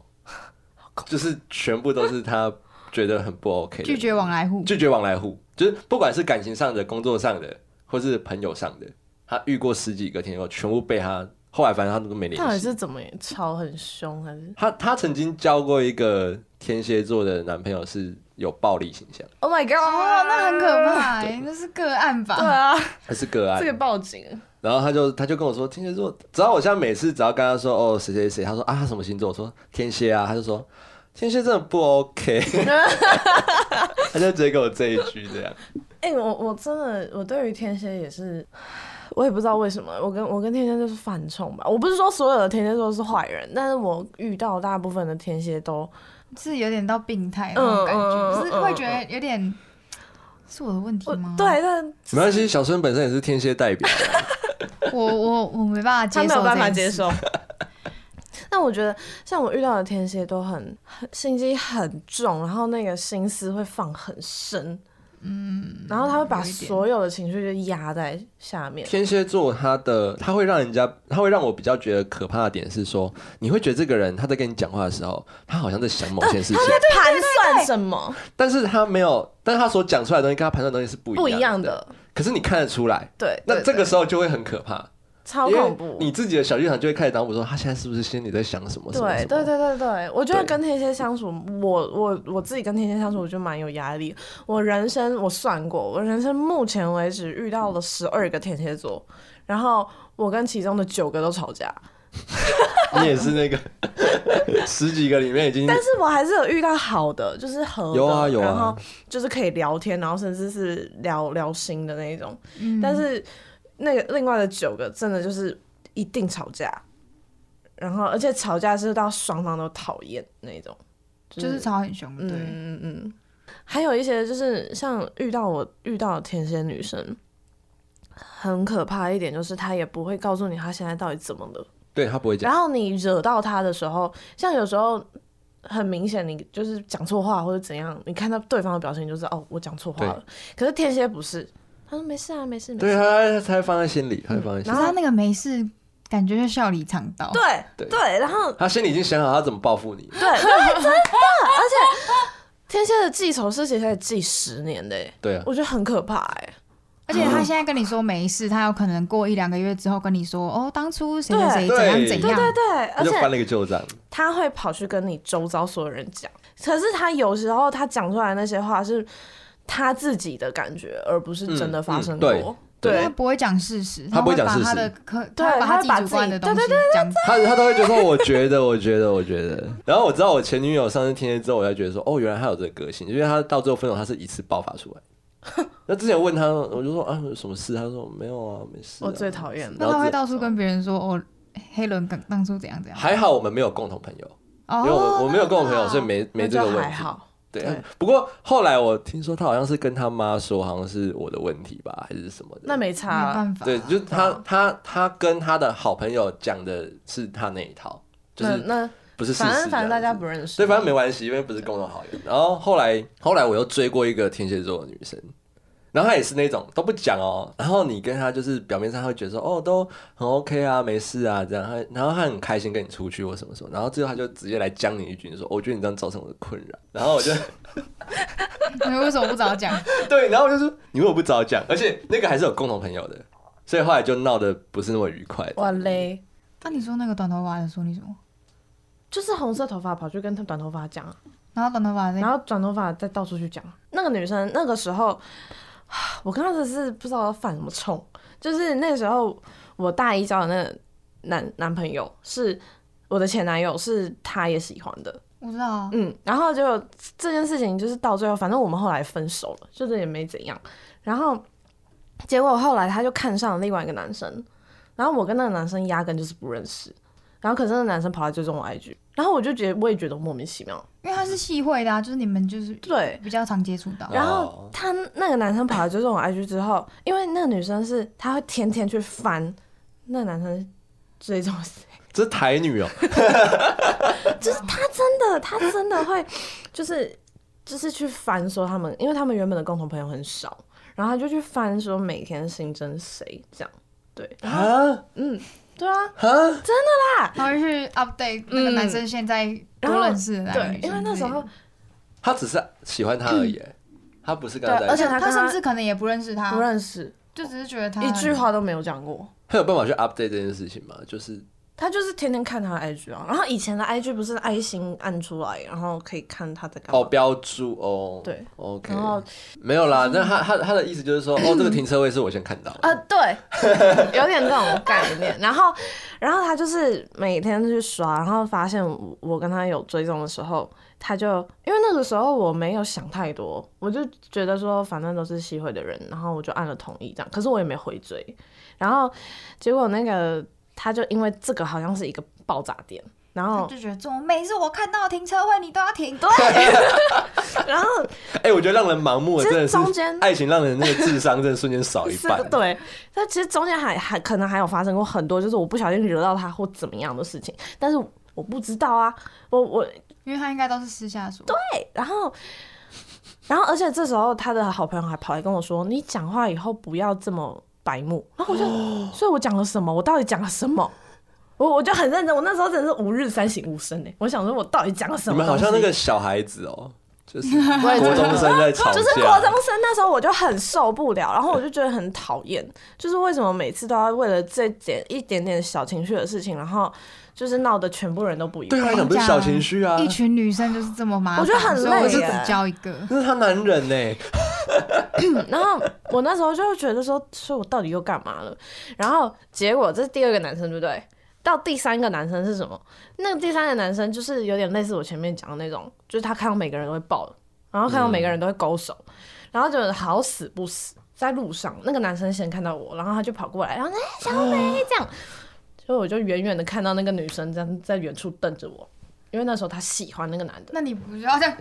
A: 就是全部都是他觉得很不 OK，的
C: 拒绝往来户，
A: 拒绝往来户，就是不管是感情上的、工作上的，或是朋友上的，他遇过十几个天蝎座，全部被他后来反正他都没
B: 到底
A: 联系。
B: 是怎么吵很凶还是
A: 他他曾经交过一个天蝎座的男朋友，是有暴力倾向，
B: ？Oh my god！
C: 哦，那很可怕
A: 对
C: 欸，那是个案吧？
B: 对啊，
A: 他是个案
B: 这。个报警。
A: 然后他就他就跟我说，天蝎座，只要我现在每次只要跟他说哦谁谁谁，他说啊他什么星座，我说天蝎啊，他就说天蝎真的不 OK，他就直接给我这一句这样。
B: 哎、我我真的，我对于天蝎也是，我也不知道为什么，我跟我跟天蝎就是反冲吧。我不是说所有的天蝎座都是坏人，但是我遇到大部分的天蝎都
C: 是有点到病态那种感
B: 嗯嗯
C: 觉，
B: 嗯
C: 就是会觉得有点是我的问题
B: 我
C: 吗？
B: 对，，但
A: 没关系，小孙本身也是天蝎代表，
C: 我我我没办法接
B: 他
C: 受，
B: 没有办法接。受。但我觉得，像我遇到的天蝎都很很心机很重，然后那个心思会放很深，嗯，然后他会把
C: 有一点
B: 所有的情绪就压在下面。
A: 天蝎座他的他会让人家，他会让我比较觉得可怕的点是说，你会觉得这个人他在跟你讲话的时候，他好像在想某件事情，
B: 盘算什么
A: 但是他没有，但是他所讲出来的东西跟他盘算的东西是不
B: 不一
A: 一
B: 样
A: 的。
B: 的，
A: 可是你看得出来，
B: 对，
A: 那
B: 对
A: 这个
B: 对
A: 时候就会很可怕，
B: 超
A: 因为
B: 恐怖。
A: 你自己的小剧场就会开始脑补说他现在是不是心里在想什么什么什
B: 对
A: 么
B: 对对对对，我觉得
A: 对
B: 跟天蝎相处，我我我自己跟天蝎相处，我就蛮有压力。我人生我算过，我人生目前为止遇到了十二个天蝎座，然后我跟其中的九个都吵架，
A: 你也是那个 十几个里面已经
B: 但是我还是有遇到好的，就是合的，
A: 有啊有啊
B: 然后就是可以聊天，然后甚至是聊聊心的那一种。
C: 嗯
B: 但是那个另外的九个真的就是一定吵架，然后而且吵架是到双方都讨厌那一种，
C: 就是吵很凶，
B: 嗯
C: 对，
B: 嗯嗯，还有一些就是像遇到我遇到的天蝎女生，很可怕一点就是她也不会告诉你她现在到底怎么了，
A: 对他不会讲，
B: 然后你惹到她的时候，像有时候。很明显，你就是讲错话或者怎样，你看到对方的表情你就知道哦，我讲错话
A: 对
B: 了。可是天蝎不是，他说没事啊，没事，没事。
A: 对他他会放在心里，他会放在心
C: 可
A: 里，
C: 是他那个没事，感觉就笑里藏刀，
B: 对
A: 对
B: 对，然后
A: 他心里已经想好他怎么报复你，
B: 对对，真的，而且天蝎的记仇是其实可以记十年的耶，欸
A: 对啊，
B: 我觉得很可怕哎。
C: 而且他现在跟你说没事，他有可能过一两个月之后跟你说，哦，当初谁谁谁
A: 对
C: 怎样
A: 对
C: 怎
B: 对
C: 样
B: 对，对，
A: 他
B: 而
A: 就翻
B: 且
A: 了一个旧账，
B: 他会跑去跟你周遭所有人讲，可是他有时候他讲出来的那些话是他自己的感觉，而不是真的发生
A: 嗯嗯
B: 过。
A: 对
C: 因为
B: 对
C: 他不会讲事实，
A: 他不会讲
C: 把
A: 事实
C: 他的可，
B: 对
C: 他把
B: 他会把自
C: 自己主
B: 己
C: 观的东西
B: 对
C: 讲，
A: 他他都会觉得说，我觉得，我觉得，我觉得。然后我知道我前女友上次听了之后，我才觉得说，哦，原来她有这个个性，因为她到最后分手，她是一次爆发出来，那之前问他，我就说啊，有什么事？他说没有啊，没事啊、
B: 我最讨厌了
A: 然
C: 那
A: 后
C: 他会
A: 自
C: 到处跟别人说哦，黑人刚当初怎样怎样。
A: 还好我们没有共同朋友，
C: 哦，
A: 因为我我没有共同朋友，
C: 那
A: 所以没没这个
B: 那就
A: 问
B: 还
A: 题。
B: 好，
A: 对
B: 对，
A: 不过后来我听说他好像是跟他妈说，好像是我的问题吧，还是什么的。
B: 那没
C: 没
B: 差啊。
C: 办法。
A: 对，就是他他他跟他的好朋友讲的是他那一套，就
B: 那
A: 是
B: 那
A: 不是事实
B: 反正反正大
A: 这
B: 家
A: 样子
B: 不认识，
A: 对，反正没关系，因为不是共同好友。然后后来后来我又追过一个天蝎座的女生，然后她也是那种都不讲哦。然后你跟她就是表面上会觉得说哦都很 OK 啊，没事啊这样，她然后她很开心跟你出去或什么什么，然后最后她就直接来将你一句，就说、哦我觉得你这样造成我的困扰。然后我就
C: 你 为什么不早讲？
A: 对，然后我就说你为什么不早讲？而且那个还是有共同朋友的，所以后来就闹得不是那么愉快。
B: 哇嘞，
C: 那你说那个短头发的说你什么？
B: 就是红色头发跑去跟他短头发讲啊，
C: 然后短头发的
B: 然后短头发再到处去讲。那个女生那个时候， 我刚开始是不知道犯什么冲，就是那个时候我大一交的那个男男朋友是我的前男友，是他也喜欢的，
C: 我知道啊，
B: 嗯，然后就这件事情就是到最后，反正我们后来分手了，就是也没怎样。然后结果后来他就看上了另外一个男生，然后我跟那个男生压根就是不认识，然后可是那个男生跑来追踪我 IG，然后我就觉得我也觉得莫名其妙，
C: 因为他是系会的啊，就是你们就是
B: 对。
C: 比较常接触到。
B: 然
A: 哦
B: 后他那个男生跑来追踪我 IG 之后，因为那个女生是她会天天去翻那个男生追踪谁，
A: 这是台女哦、
B: 就是他 真的，他真的会， 就是就是去翻说他们，因为他们原本的共同朋友很少，然后他就去翻说每天新增谁这样。对，
A: 啊
B: 嗯，对啊，
A: 啊，
C: 他会去 update 那个男生现在多认识的男
B: 嗯对，
C: 女
B: 因为那时候
A: 他只是喜欢她而已、他不是跟她在
B: 对
A: 一起
B: 而且
C: 他
B: 他跟他
C: 甚至可能也不认识他
B: 不，认识，
C: 就只是觉得他
B: 一句话都没有讲过。
A: 他有办法去 update 这件事情吗？就是
B: 他就是天天看他的 IG 啊，然后以前的 IG 不是爱心按出来，然后可以看他在干
A: 哦，
B: 嘛。
A: 标注哦，
B: 对
A: ，OK，
B: 然后嗯
A: 没有啦。那他他他的意思就是 说，哦，这个停车位是我先看到的，
B: 啊，对， 有点这种概念。然后，然后他就是每天去刷，然后发现我我跟他有追踪的时候，他就因为那个时候我没有想太多，我就觉得说反正都是西会的人，然后我就按了同意这样。可是我也没回追，然后结果那个他就因为这个好像是一个爆炸点，然
C: 他
B: 后
C: 就觉得这种每次我看到停车位你都要停，对，
B: 然后
A: 哎，我觉得让人盲目的
B: 呃其实
A: 真的
B: 中
A: 是
B: 间
A: 爱情让人那个智 商真的瞬间少一
B: 是
A: 半
B: 的，，对。但其实中间还还可能还有发生过很多，就是我不小心惹到他或怎么样的事情，但是我不知道啊，我我
C: 因为他应该都是私下说，对，
B: 然后。然后，而且这时候他的好朋友还跑来跟我说：“你讲话以后不要这么白目。”然后我就，
A: 哦
B: 所以我讲了什么？我到底讲了什么？我我就很认真，我那时候真的是五日三省吾身呢、欸我想说，我到底讲了什
A: 你
B: 么？
A: 们好像那个小孩子哦， 就是
B: 我也觉
A: 国
B: 得
A: 中生在吵
B: 就是国中
A: 架。
B: 生那时候我就很受不了，然后我就觉得很讨厌，就是为什么每次都要为了这点一点点小情绪的事情，然后就是闹得全部人都不一
A: 对他来
B: 样。
A: 讲不是小情绪啊，
C: 一群女生就是这么麻烦，
B: 我觉得很累啊
C: 所以我就
B: 耶
C: 只交一个。
A: 那是他男人呢，
B: 嗯然后我那时候就觉得说，说我到底又干嘛了？然后结果这是第二个男生，对不对？到第三个男生是什么？那个第三个男生就是有点类似我前面讲的那种，就是他看到每个人都会抱，然后看到每个人都会勾手，然后就好死不死，在路上那个男生先看到我，然后他就跑过来，然后哎、小美这样，所以我就远远的看到那个女生在在远处瞪着我，因为那时候她喜欢那个男的。
C: 那你不要这样，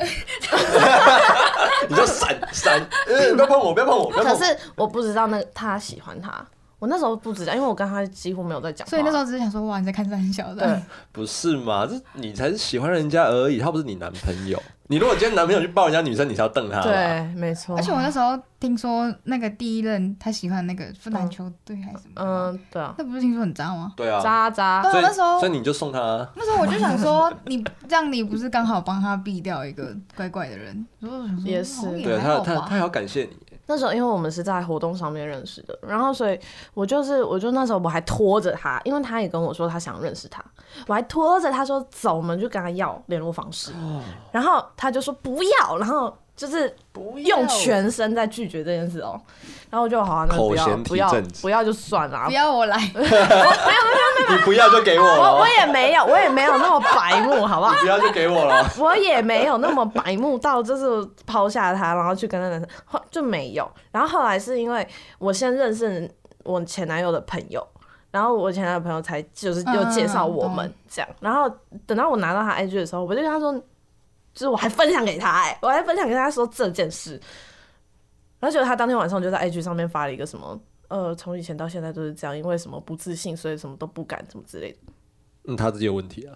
A: 你就闪闪， 呃不要碰我，不要碰我，不要碰
B: 可
A: 我。
B: 是我不知道那个他喜欢他，我那时候不知道，因为我跟他几乎没有在讲话。
C: 所以那时候只是想说，哇，你在看三小的
B: 对，
A: 不是嘛？这你才是喜欢人家而已，他不是你男朋友。你如果今天男朋友去抱人家女生，你是要瞪他吧。
B: 对，没错。
C: 而且我那时候听说那个第一任他喜欢那个是篮球队还是什么的吗，
B: 嗯，对啊，
C: 那不是听说很渣吗？
A: 对啊，
B: 渣渣
C: 对
A: 所以
C: 哦那时候
A: 所以你就送他啊、
C: 那时候我就想说，你这样你不是刚好帮他避掉一个怪怪的人？所以我想说
B: 也是
C: 好像
A: 对
C: 还
A: 他
C: 好
A: 他他
C: 吧。
A: 还要感谢你，
B: 那时候因为我们是在活动上面认识的，然后所以我就是我就那时候我还拖着他，因为他也跟我说他想认识他，我还
A: 哦
B: 拖着他说走，我们就跟他要联络方式，然后他就说不要，然后就是
C: 不
B: 用全身在拒绝这件事哦。然后我就好啊，那
A: 口
B: 不要
A: 嫌体
B: 不要
A: 正直
B: 不要就算了啊
C: 不，要我 来，
A: 你不要就给我
B: 我
A: 了
B: 我，也没有我也没有那么白目，好不好
A: 你？不要就给我了。
B: 我也没有那么白目到就是抛下他，然后去跟那男生，后就没有。然后后来是因为我先认识我前男友的朋友，然后我前男友朋友才就是
C: 嗯
B: 又介绍我们
C: 懂
B: 这样。然后等到我拿到他 IG 的时候，我就跟他说，就是我还分享给他、哎，我还分享给他说这件事。然后结果他当天晚上就在 IG 上面发了一个什么。呃，从以前到现在都是这样，因为什么不自信，所以什么都不敢，什么之类的。
A: 嗯，他自己有问题啊，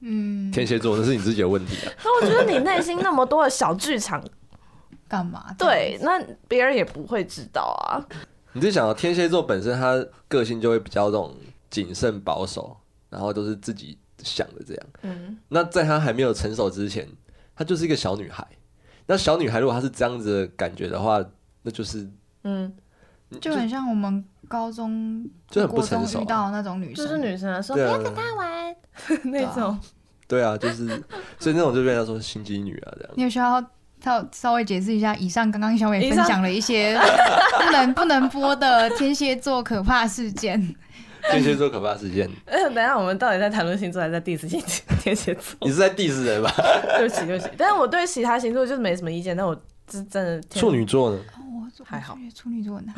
C: 嗯，
A: 天蝎座那是你自己的问题啊。
B: 那我觉得你内心那么多的小剧 场，
C: 干嘛？
B: 对，，那别人也不会知道啊。
A: 你就想到哦天蝎座本身他个性就会比较这种谨慎保守，然后都是自己想的这样。
B: 嗯，
A: 那在她还没有成熟之前，她就是一个小女孩。那小女孩如果她是这样子的感觉的话，那就是
B: 嗯，
C: 就很像我们高中、
A: 就很不
C: 国中
A: 成熟啊
C: 遇到的那种女
B: 就
C: 生，
B: 是女生啊，说
A: 对
B: 不
A: 啊
B: 要跟他玩那种，
A: 对啊，就是所以那种就被她说心机女啊这 样。
C: 你有需要稍稍微解释一下，以上刚刚小美
B: 以
C: 分
B: 上
C: 享了 一些不能不能播的天蝎座可怕事件，
A: 天蝎座可怕事件，
B: 哎， 等一下我们到底在谈论星座，还是在 diss 星座天蝎座？
A: 你是在 diss 人吧？
B: 对不起，对不起。但是我对其他星座就是没什么意见，但我是真的天
A: 处，女座呢？
C: 哦我
B: 还好，
C: 处女座很难，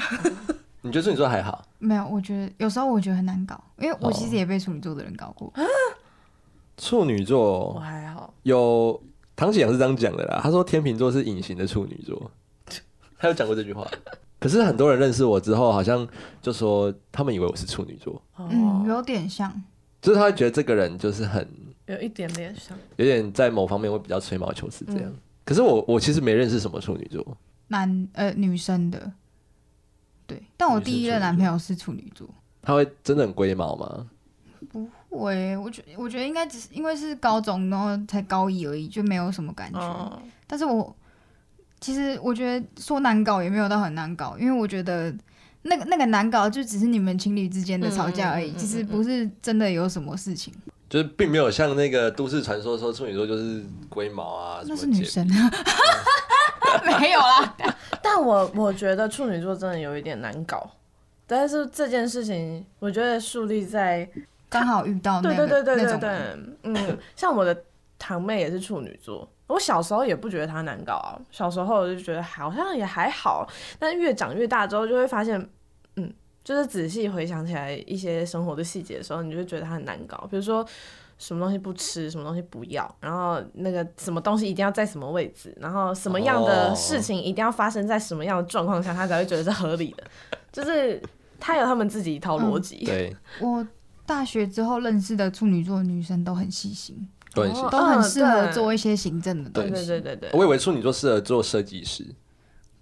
A: 你觉得处女座还好？
C: 没有，我觉得有时候我觉得很难搞，因为我
A: 哦
C: 其实也被处女座的人搞过，
B: 哦
A: 处女
B: 我
A: 座
B: 还好。
A: 有唐启阳是这样讲的啦，他说天秤座是隐形的处女座， 他有讲过这句话。可是很多人认识我之后，好像就说他们以为我是处女座，
C: 嗯，
B: 哦，
C: 有点像，
A: 就是他会觉得这个人就是很
B: 有一点点像，
A: 有点在某方面会比较吹毛求疵这样。
B: 嗯
A: 可是我我其实没认识什么处女座，
C: 男呃女生的，对，但我
A: 女生
C: 第一
A: 处
C: 任
A: 女
C: 男朋友是处女座，
A: 他会真的很龟毛吗？
C: 不会，我觉我觉得应该只是因为是高中，然后才高一而已，就没有什么感 觉。
B: 哦，
C: 但是我其实我觉得说难搞也没有到很难搞，因为我觉得那个那个难搞就只是你们情侣之间的吵架而
B: 嗯
C: 已，
B: 嗯嗯嗯
C: 其实不是真的有什么事情。
A: 就是并没有像那个都市传说说处女座就是龟毛啊，什
C: 那
A: 么
C: 是女
A: 洁
C: 生，没有啦。
B: 但我我觉得处女座真的有一点难搞，但是这件事情我觉得树立在
C: 刚好遇到那
B: 对
C: 个
B: 对对对
C: 那
B: 对
C: 种
B: 对
C: 人，
B: 嗯， 像我的堂妹也是处女座，我小时候也不觉得她难搞啊，小时候我就觉得好像也还好，但越长越大之后就会发现，嗯，就是仔细回想起来一些生活的细节的时候，你就会觉得她很难搞，比如说。什么东西不吃，什么东西不要，然后那个什么东西一定要在什么位置，然后什么样的
A: 哦
B: 事情一定要发生在什么样的状况下，她才会觉得是合理的，就是她有他们自己一套逻辑。
A: 对，
C: 我大学之后认识的处女座女生都很细心，
A: 都很喜欢。
B: 哦
C: 都很适合
B: 对
C: 做一些行政的东
B: 对对
C: 西，
B: 对对对，
A: 我以为处女座适合做设计师，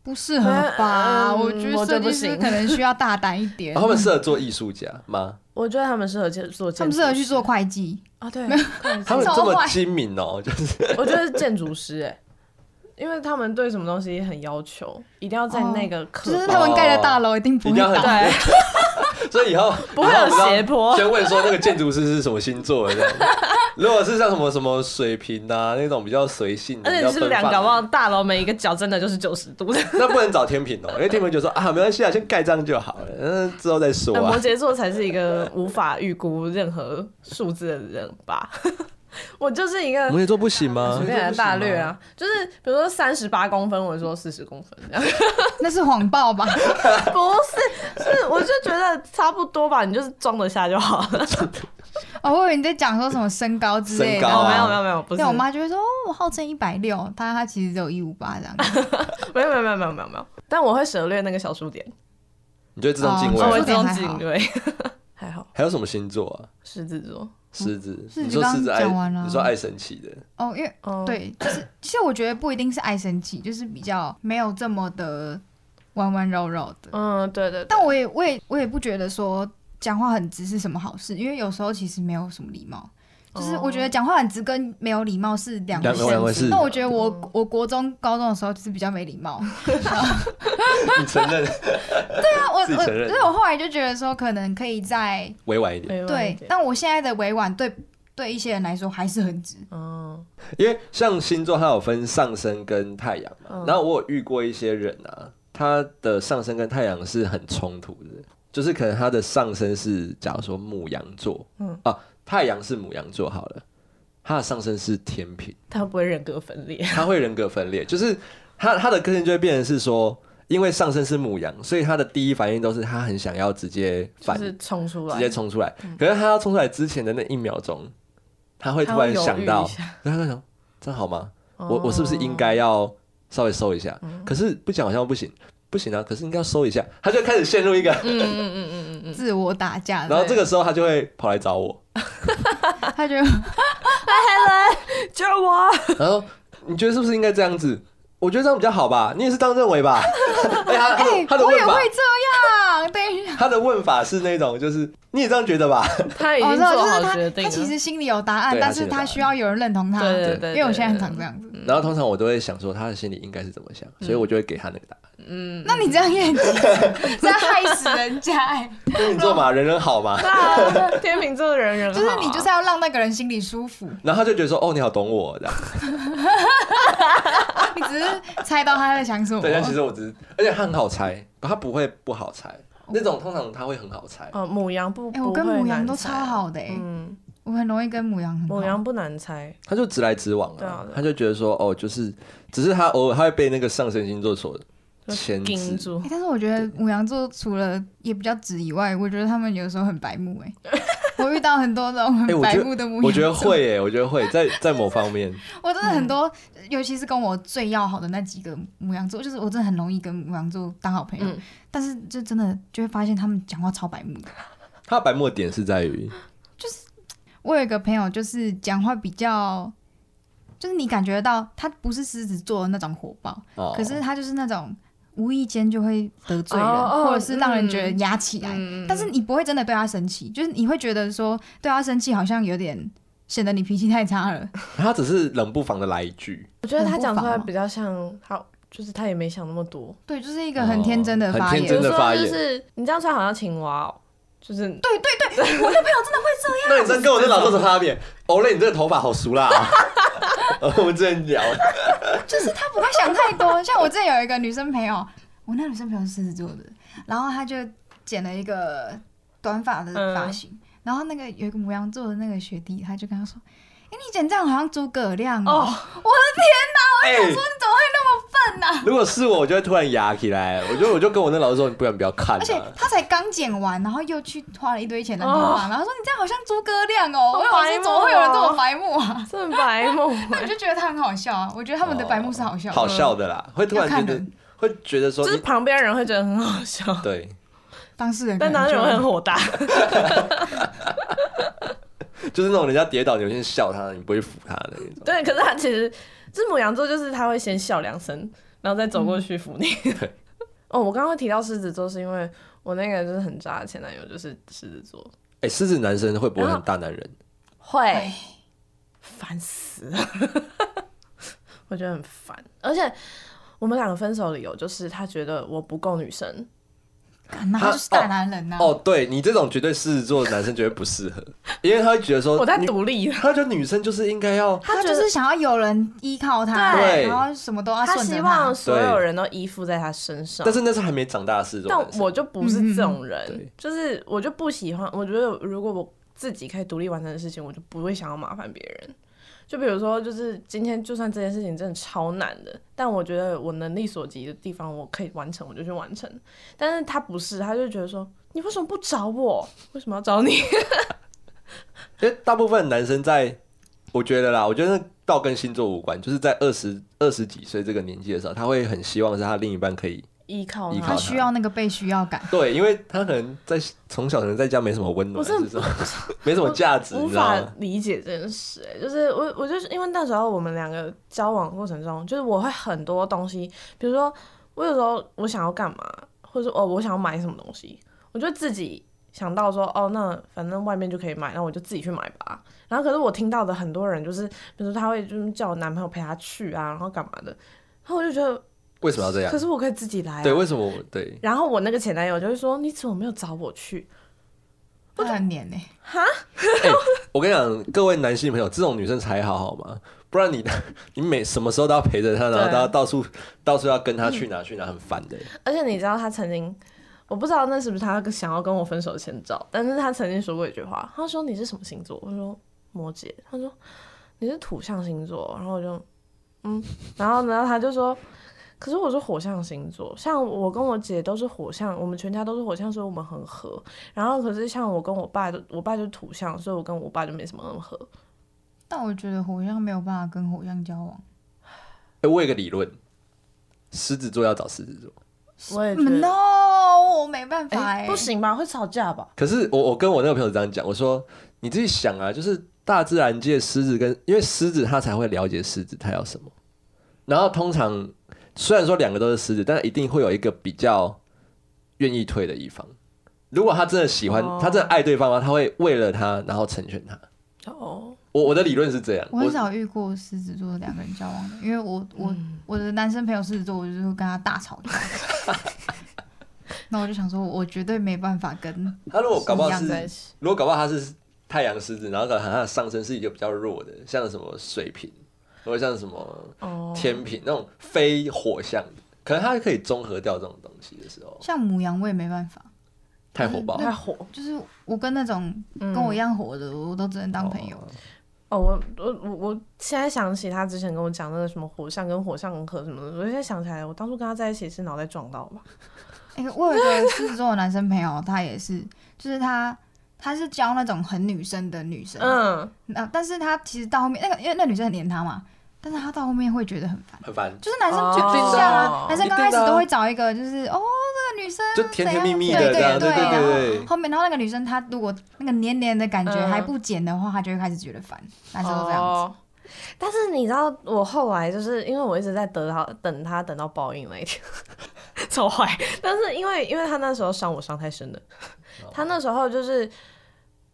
C: 不适合吧？
B: 嗯
C: 我觉得
B: 我就
C: 设计
B: 不
C: 师
B: 行
C: 可能需要大胆一点
A: 然。 后他们适合做艺术家吗？
B: 我觉得他们适合去做建筑师，
C: 他们适合去做会计，
B: 啊，对，
A: 他们
C: 超
A: 这么
C: 坏
A: 精明哦，就是
B: 我觉得是建筑师哎、因为他们对什么东西很要求，一定要在那个刻
C: 哦就是
B: 板
C: 他们盖的大楼一定
A: 哦
C: 不
A: 一
C: 会
A: 定要很
C: 倒。
B: 对，
A: 所以以后
B: 不会
A: 以后我们
B: 有
A: 要
B: 斜坡
A: 先问说那个建筑师是什么星座的这样。如果是像什么什么水瓶啊那种比较随性的，
B: 而且
A: 比较
B: 你是不是
A: 奔
B: 两
A: 放
B: 搞
A: 的啊
B: 不好大楼每一个角真的就是九十度的。
A: 那不能找天平哦，因为天平就说啊，没关系啊，先盖章就好了，嗯，之后再说
B: 摩
A: 啊。
B: 羯座才是一个无法预估任何数字的人吧？ 我就是一个
A: 摩羯座不行吗
B: 随便来大略，啊，就是比如说三十八公分，我说四十公分这样。
C: 那是谎报吧？
B: 不是，是我就觉得差不多吧，你就是装得下就好了。
C: 哦，我以为你在讲说什么身高之类
A: 身
C: 的。
A: 高啊
B: 没有没有没有，不是
C: 那我妈就会说，哦，我号称一百六，但她其实只有一五八这样。
B: 没有没有没有没有没有没有，但我会省略那个小数点，
A: 你就会自动敬畏
B: 我
C: 哦
B: 会
A: 了。
B: 自动进对，还好
A: 还有什么星座啊？
B: 狮子座，
A: 狮子，
C: 嗯狮子
A: 你说狮子爱
C: 刚刚讲完了，
A: 你说爱神奇的，
C: 哦，因为
B: 哦，
C: 对，就是其实我觉得不一定是爱生气，就是比较没有这么的弯弯绕绕的。
B: 嗯对对，对
C: 但我也我也我也不觉得说讲话很直是什么好事，因为有时候其实没有什么礼貌。就是我觉
B: 哦
C: 得讲话很直跟没有礼貌是两
A: 两
C: 回
A: 两回
C: 事
A: 事。
C: 那我觉得
B: 啊
C: 我我国中高中的时候就是比较没礼貌，
A: 你承认
C: 啊那我我
A: 自己承认
C: 所以我后来就觉得说可能可以在
A: 委婉一点，
B: 没问
C: 对
B: 题，
C: 但我现在的委婉对对一些人来说还是很值。
B: 嗯，
A: 因为像星座它有分上升跟太阳嘛，
B: 嗯
A: 然后我有遇过一些人啊，他的上升跟太阳是很冲突的，就是可能他的上升是假如说母羊座，
B: 嗯
A: 啊，太阳是母羊座好了，他的上升是天平，
B: 他不会人格分 裂。
A: 他会人格分裂，就是他他的个性就会变成是说，因为上升是母羊，所以他的第一反应都是他很想要直接
B: 就
A: 反
B: 是冲出来，嗯
A: 直接冲出来。可是他要冲出来之前的那一秒钟，他会
B: 他
A: 突
B: 会
A: 然
B: 犹
A: 想
B: 豫
A: 到
B: 一，下
A: 然后他想这样好吗？我我是不是应该要稍微收一下？可是不讲好像不行，不行啊！可是应该要收一下，他就开始陷入一个，
B: 嗯嗯嗯 嗯嗯嗯，
C: 自我打架
A: 然
C: 的，
A: 后这个时候他就会跑来找我，
C: 他就
B: 救我！
A: 然后你觉得是不是应该这样子？我觉得这样比较好吧，你也是这样认为吧？哎，他他的他的
C: 我也
A: 问法
C: 会这样，等一下，
A: 他的问法是那种，就是你也这样觉得吧？
B: 他已
C: 我
B: 经
C: 知道，
B: 做
C: 就
B: 好
C: 哦是他
B: 决定了。
C: 他其实心里有答案，
A: 对他
C: 但
A: 心
C: 是
A: 里有答
C: 他
A: 案
C: 需要有人认同他，
B: 对对对对
C: 因为我现在很常这样子。
A: 然后通常我都会想说他的心里应该是怎么想，所以我就会给他那个答案。
B: 嗯，
C: 那你这样也很急， 这样害死人家哎、
A: 天秤座嘛，人人好嘛，
B: 那 天秤座的人人
C: 就是
B: 好啊
C: 你就是要让那个人心里舒服，
A: 然后他就觉得说哦，你好懂我这样。
C: 你只是猜到他在想什么。
A: 对，但其实我只是，而且他很好猜，他不会不好猜。那种通常他会很好猜，
B: 哦，母羊不，
C: 哎、我跟
B: 不会
C: 母羊都
B: 难猜
C: 超好的哎、
B: 嗯，
C: 我很容易跟母羊很好。
B: 母羊不难猜，
A: 他就直来直往
B: 对
A: 啊
B: 啊对，啊
A: 他就觉得说哦，就是只是他偶尔他会被那个上升星座所牵
B: 盯
A: 制。
B: 住
C: 哎、。但是我觉得母羊座除了也比较直以外，我觉得他们有时候很白 目哎、我遇到很多那种
A: 哎
C: 很
A: 我
C: 白
A: 觉得
C: 目的母羊座
A: 我觉得会耶，我觉得会在在某方面，
C: 我真的很多，
A: 嗯
C: 尤其是跟我最要好的那几个母羊座，就是我真的很容易跟母羊座当好朋友，
B: 嗯
C: 但是就真的就会发现他们讲话超白目的。
A: 他的白目的点是在于，
C: 我有一个朋友就是讲话比较，就是你感觉到他不是狮子座的那种火爆，
A: 哦
C: 可是他就是那种无意间就会得罪人，
B: 哦哦
C: 或者是
A: 嗯
C: 让人觉得压起来，
B: 嗯
C: 但是你不会真的对他生气，就是你会觉得说对他生气好像有点显得你脾气太差了。
A: 他只是冷不防的来一句，
B: 我觉得他讲出来
C: 很不
B: 比较像他，就是他也没想那么多。
C: 对，就是一个很天真的
A: 哦很
C: 发言。
A: 天 真的发言
B: 就是你这样穿好像青蛙哦，就是
C: 对对对，
A: 那你真跟我这老头有什么差别？欧雷，你这个头发好熟啦、 哦我们之前聊，
C: 就是他不会想太多。像我之前有一个女生朋友，我那个女生朋友是狮子座的，然后她就剪了一个短发的发
B: 嗯
C: 型，然后那个有一个母羊座的那个学弟，他就跟她说：“哎、你剪这样好像诸葛亮哦！”
B: 哦
C: 我的天哪！
A: 哎、
C: 我想说你怎么会那么笨呢、
A: 如果是我，我就会突然牙起来，我就我就跟我那老师说，你不然不要看、
C: 而且
A: 啊。
C: 他才刚剪完，然后又去花了一堆钱染头发，然后说你这样好像诸葛亮哦！我
B: 哦好白
C: 想说
B: 目
C: 怎么会有人这么
B: 哦
C: 白目啊？
B: 这么白 目。
C: 那我就觉得他很好笑啊！我觉得他们的白目是好笑的，
A: 哦好笑的啦，会突然觉
C: 要看
A: 得
C: 人
A: 会觉得说
B: 就是
A: 你
B: 旁边人会觉得很 好笑，
A: 对，
C: 当事人可
B: 但
C: 能
B: 当事
C: 就
B: 人
C: 会
B: 会很 火大。
A: 就是那种人家跌倒，你会先笑他，你不会扶他的那种。
B: 对，可是他其实这母羊座就是他会先笑两声，然后再走过去扶你。
A: 对
B: 哦，我刚刚会提到狮子座，是因为我那个就是很渣的前男友就是狮子座，
A: 哎，狮子男生会不会很大男人？
B: 会
C: 哎
B: 烦死了， 我觉得很烦。而且我们两个分手的理由就是他觉得我不够女生，
C: 干那
A: 他
C: 他就是大男人啊呐、
A: 哦，对你这种绝对狮子座的男生绝对不适合，因为他会觉得说，
B: 我在
A: 女，
B: 独立。
A: 他觉得女生就是应该要
C: 他就是想要有人依靠他，
A: 对
C: 然后什么都要
B: 他
C: 顺
B: 希
C: 着
B: 望
C: 他。
B: 所有人都依附在他身上
A: 但，是那是还没长大的狮子座
B: 但
A: 男生。
B: 我就不是这种人，
A: 嗯嗯对
B: 就是我就不喜欢。我觉得如果我自己可以独立完成的事情，我就不会想要麻烦别人。就比如说，就是今天就算这件事情真的超难的，但我觉得我能力所及的地方我可以完成，我就去完成。但是他不是，他就觉得说你为什么不找我？为什么要找你？
A: 因为大部分男生在，我觉得啦，我觉得那倒跟星座无关，就是在二十二十几岁这个年纪的时候，他会很希望是他另一半可以
B: 依靠
A: 依靠
C: 他
A: 他
C: 需要那个被需要感，
A: 对，因为他可能在从小可能在家没什么温暖，
B: 我真
A: 是什
B: 的
A: 么没什么价值，
B: 无
A: 你知道
B: 法
A: 吗？
B: 理解这件事、欸，就是我，我就是因为那时候我们两个交往过程中，就是我会很多东西，比如说我有时候我想要干嘛，或者说哦我想要买什么东西，我就自己想到说哦那反正外面就可以买，那我就自己去买吧。然后可是我听到的很多人就是，比如说他会就是叫我男朋友陪他去啊，然后干嘛的，然后我就觉得，
A: 为什么要这样
B: 可？是我可以自己来、啊。
A: 对，为什么我对？
B: 然后我那个前男友就会说你怎么没有找我去？
C: 欸不很黏呢、
A: 哎我跟你讲，各位男性朋友，这种女生才好好吗？不然你 你每什么时候都要陪着她，然后
B: 对啊嗯
A: 都要到处到处要跟她去哪去哪，很烦的。
B: 而且你知道他曾经，我不知道那是不是他想要跟我分手的前兆，但是他曾经说过一句话，他说你是什么星座？我说摩羯。他说嗯你是土象星座，然后我就嗯，然后然后他就说。可是我是火象星座，像我跟我姐都是火象，我们全家都是火象，所以我们很合。然后可是像我跟我爸，我爸就是土象，所以我跟我爸就没什么很合。
C: 但我觉得火象没有办法跟火象交往。
A: 哎、我有一个理论，狮子座要找狮子座。
B: 我也觉得，
C: No，我没办法
B: 哎、
C: 哎、
B: 不行吧？会吵架吧？
A: 可是我我跟我那个朋友这样讲，我说你自己想啊，就是大自然界狮子跟因为狮子它才会了解狮子它要什么，然后通常虽然说两个都是狮子，但一定会有一个比较愿意退的一方。如果他真的喜欢，
B: 哦
A: 他真的爱对方的话，他会为了他然后成全他。
B: 哦，
A: 我我的理论是这样，
C: 我很少遇过狮子座两个人交往的，因为我我、
B: 嗯
C: 我的男生朋友狮子座，我就是会跟他大吵架。 那我就想说，我绝对没办法跟
A: 他如果搞不好
C: 是
A: 是
C: 一样
B: 在一起。
A: 如果搞不好他是太阳狮子，然后可能他的上身是一个比较弱的，像什么水瓶，或者像什么
B: 哦，
A: 天平那种非火象的，可能它可以综合掉这种东西的时候，
C: 像母羊，我也没办法。
A: 太火
C: 嗯
A: 爆，
B: 太火，
C: 就是我跟那种
B: 嗯
C: 跟我一样火的，我都只能当朋友。
A: 哦
B: 哦，我我我我现在想起他之前跟我讲那个什么火象跟火象合什么的，我现在想起来，我当初跟他在一起是脑袋撞到吧？
C: 哎、我有一个狮子座的男生朋友，他也是，就是他他是教那种很女生的女生，
B: 嗯，
C: 那、但是他其实到后面，那个因为那女生很黏他嘛，但是他到后面会觉得很烦。
A: 很烦，
C: 就是男生
B: 哦
C: 就不
B: 一定
C: 一样
B: 的啊
C: 啊，男生刚开始都会找一个就是哦，这个女生
A: 就甜甜蜜蜜
C: 怎
A: 的
C: 样
A: 这样，
C: 对对
A: 对
C: 然后
A: 对对。
C: 后面，然后那个女生她如果那个黏黏的感觉
B: 嗯
C: 还不减的话，她就会开始觉得烦。男生都这样子，
B: 哦。但是你知道，我后来就是因为我一直在得到等他等到报应那一天， 超坏。但是因为因为他那时候伤我伤太深了，他那时候就是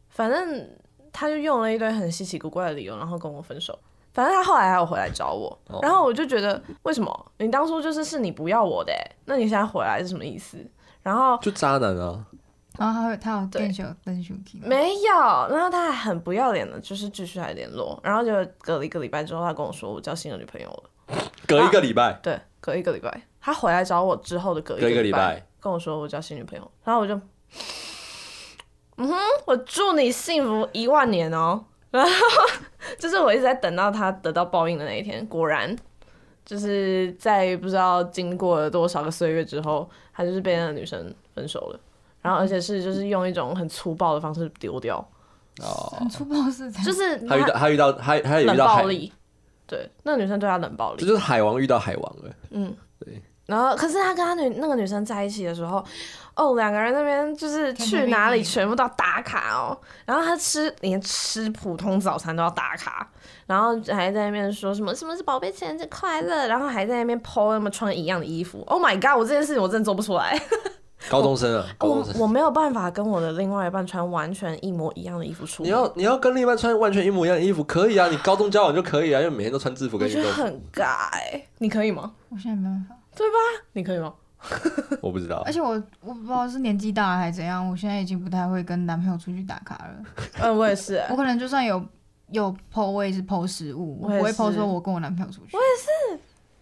B: 反正他就用了一堆很稀奇古怪的理由，然后跟我分手。反正他后来还有回来找我，
A: 哦
B: 然后我就觉得为什么你当初就是是你不要我的、欸，那你现在回来是什么意思？然后
A: 就渣男啊，
C: 然后她会她有
B: 对
C: 电修灯修 k
B: 没有，然后他还很不要脸的，就是继续来联络，然后就隔了一个礼拜之后，他跟我说我交新的女朋友了。
C: 啊
A: 隔一个礼拜，
B: 对，隔一个礼拜，他回来找我之后的隔
A: 隔一
B: 个
A: 个
B: 礼
A: 礼拜
B: 跟我说我交新女朋友，然后我就，嗯哼，我祝你幸福一万年哦。 然后就是我一直在等到他得到报应的那一天，果然就是在不知道经过了多少个岁月之后，他就是被那个女生分手了，然后而且是就是用一种很粗暴的方式丢掉，
A: 哦，
C: 很粗暴是这样，
B: 就是
A: 他遇到他遇到他他也
B: 冷
A: 遇到海
B: 暴，力，对，那个女生对他冷暴力
A: 这。就是海王遇到海王了，
B: 然后，可是他跟他女那个女生在一起的时候，哦，两个人那边就是
C: 甜
B: 去
C: 甜蜜
B: 哪里
C: 蜜
B: 全部都要打卡哦。然后他吃连吃普通早餐都要打卡，然后还在那边说什么什么是宝贝情人节快乐，然后还在那边 po 他们穿一样的衣服。Oh my god！我这件事情我真的做不出来，
A: 高中生啊，高
B: 我
A: 中生。
B: 我没有办法跟我的另外一半穿完全一模一样的衣服出
A: 你
B: 门，
A: 要你要跟另一半穿完全一模一样的衣服，可以啊，你高中交往就可以啊，因为每天都穿制服
B: 我
A: 跟运
B: 觉得
A: 动服。
B: 很尬、欸。你可以吗？
C: 我现在没办法。
B: 你可以吗？
A: 我不知 道哎
C: 而，且我我不知道是年纪大了还是怎样，我现在已经不太会跟男朋友出去打 卡了。
B: 嗯，我也是、欸
C: 我可能就算有有 PO，我也是 PO 食物，我
B: 我也
C: 不会
B: 是
C: PO 说我跟我男朋友出去。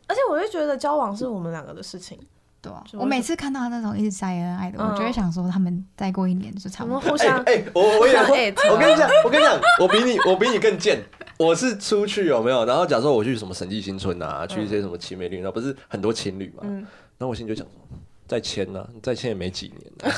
B: 而且我就觉得交往是我们两个的事
A: 哎
B: 情，
C: 对啊，
B: 就
C: 我每次看到他那种一直晒恩爱的，
B: 嗯
C: 我就会想说他们再过一年就差
B: 我们
C: 不多。
B: 互
A: 哎
B: 相。
A: 哎，我我也
B: 互相 at
A: 我跟你讲，我跟你讲，我比你我比你更贱。我是出去有没有？然后假设我去什么神迹新村啊，去一些什么奇美绿，那不是很多情侣嘛？
B: 嗯
A: 然后我心里就想说，再签呢、你再签也没几年、啊。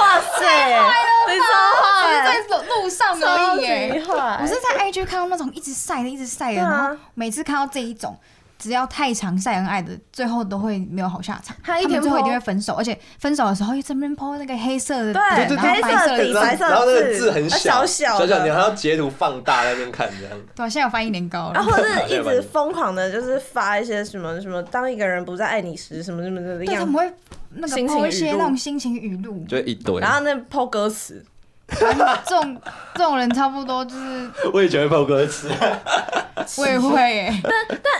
B: 哇塞，你超
C: 我是
B: 坏，
C: 在路路上而已耶，
B: 坏
C: 我是在 IG 看到那种一直晒的，一直晒的，
B: 对啊
C: 然后每次看到这一种，只要太常晒恩爱的，最后都会没有好下场。
B: 他一
C: 们
B: 天
C: 最后一
B: po
C: 定会分手，而且分手的时候又这边 PO 那个黑色的
B: 对
C: 点，
B: 对
C: 然
B: 对
C: 后白色
B: 黑色
C: 的
B: 底
C: 底
A: 然后
B: 白
C: 色。
B: 色的
A: 然后那个
B: 字
A: 字很
B: 啊小
A: 小
B: 小的
A: 你还要截图放大在那边看，这 样
C: 对啊，现在有翻译年糕
B: 然
C: 了。
B: 后 是一直疯狂的，就是发一些什么什么，当一个人不再爱你时，什么什么的
C: 对，他
B: 样
C: 们，会那个
B: 心情
C: PO 一些
B: 语录
C: 那种心情语录，
A: 就一堆。
B: 然后那抛歌词，
C: 这种这种人差不多就是
A: 我也觉得炮哥吃，
B: 气
C: 我。也会耶、
B: 但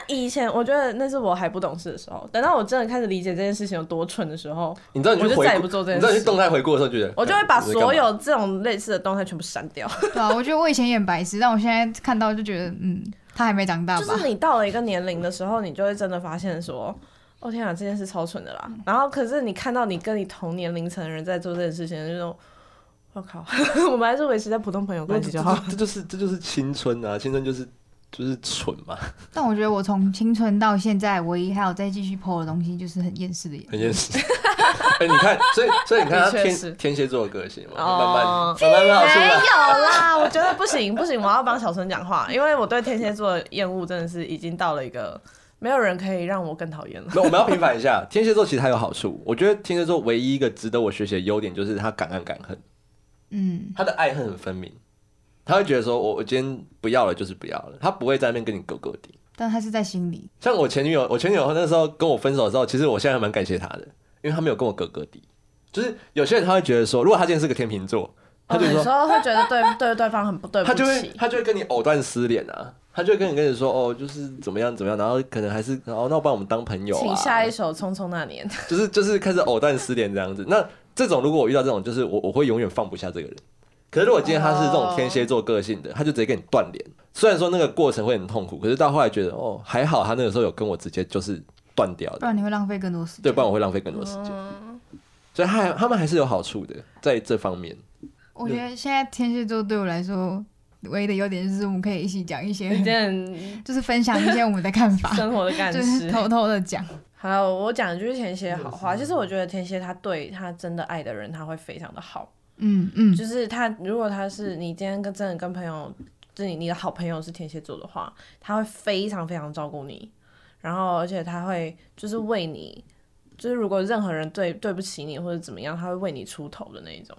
B: 以前我觉得那是我还不懂事的时候，等到我真的开始理解这件事情有多蠢的时候，
A: 你知道你
B: 我
A: 去
B: 就
A: 回
B: 再也
A: 顾
B: 不做这
A: 你
B: 件
A: 知道你
B: 事
A: 去动态回顾的时候，觉得
B: 我就会把所。
A: 干
B: 有这种类似的动态全部删掉。
C: 对啊，我觉得我以前也很白痴，但我现在看到就觉得，嗯，他还没长大
B: 就
C: 吧
B: 是？你到了一个年龄的时候，你就会真的发现说，哦天啊，这件事超蠢的啦。然后可是你看到你跟你同年龄层的人在做这件事情，就说，我靠， 我们还是维持在普通朋友
A: 嘛
B: 关系就好。
A: 这这这就是这就是青春啊！青春就是就是蠢嘛，
C: 但我觉得我从青春到现在，唯一还有再继续 PO 的东西，就是很厌世的眼
A: 很现实。 哎，你看，所以所以你看他
B: 的确是
A: 天天蝎座的个性嘛，
B: 哦
A: 慢慢慢慢跑出
B: 没
A: 来。
B: 有啦，我觉得不行不行，我要帮小春讲话，因为我对天蝎座的厌恶真的是已经到了一个没有人可以让我更讨厌了。
A: 那我们要平反一下，天蝎座其实它有好处。我觉得天蝎座唯一一个值得我学习的优点就是他敢爱敢恨，
C: 嗯，
A: 他的爱恨很分明。他会觉得说，我我今天不要了就是不要了，他不会在那边跟你勾勾顶。
C: 但他是在心里，
A: 像我前女友，我前女友那时候跟我分手的时候，其实我现在还蛮感谢她的，因为她没有跟我哥哥敌。就是有些人他会觉得说，如果他今天是个天秤座，他
B: 哦，
A: 就
B: 你
A: 说，
B: 说会觉得对对对方很不对
A: 他
B: 不
A: 就会
B: 起，
A: 他就会跟你藕断丝连啊，他就会跟你跟你说，哦，就是怎么样怎么样，然后可能还是，哦，那我帮我们当朋友
B: 请
A: 啊，
B: 下一首《匆匆那年》。
A: 就是就是开始藕断丝连这样子。那这种如果我遇到这种，就是我我会永远放不下这个人。可是如果今天他是这种天蝎座个性的，他就直接跟你断联。虽然说那个过程会很痛苦，可是到后来觉得哦，还好他那个时候有跟我直接就是断掉
C: 不
A: 的，
C: 然你会浪费更多时间。
A: 对，不然我会浪费更多时间。
B: 哦
A: 所以他还他们还是有好处的，在这方面。
C: 我觉得现在天蝎座对我来说，唯一的优点就是我们可以一起讲一
B: 一
C: 些，
B: 件，
C: 就是分享一些我们的看 法
B: 生活的干
C: 就是
B: 事。
C: 偷偷的讲。
B: 好了，我讲一句天蝎好话。其实我觉得天蝎他对他真的爱的人，他会非常的好。
C: 嗯嗯，
B: 就是他如果他是你今天跟真的跟朋友，就你你的好朋友是天蝎座的话，他会非常非常照顾你，然后而且他会就是为你，就是如果任何人对对不起你或者怎么样，他会为你出头的那一种。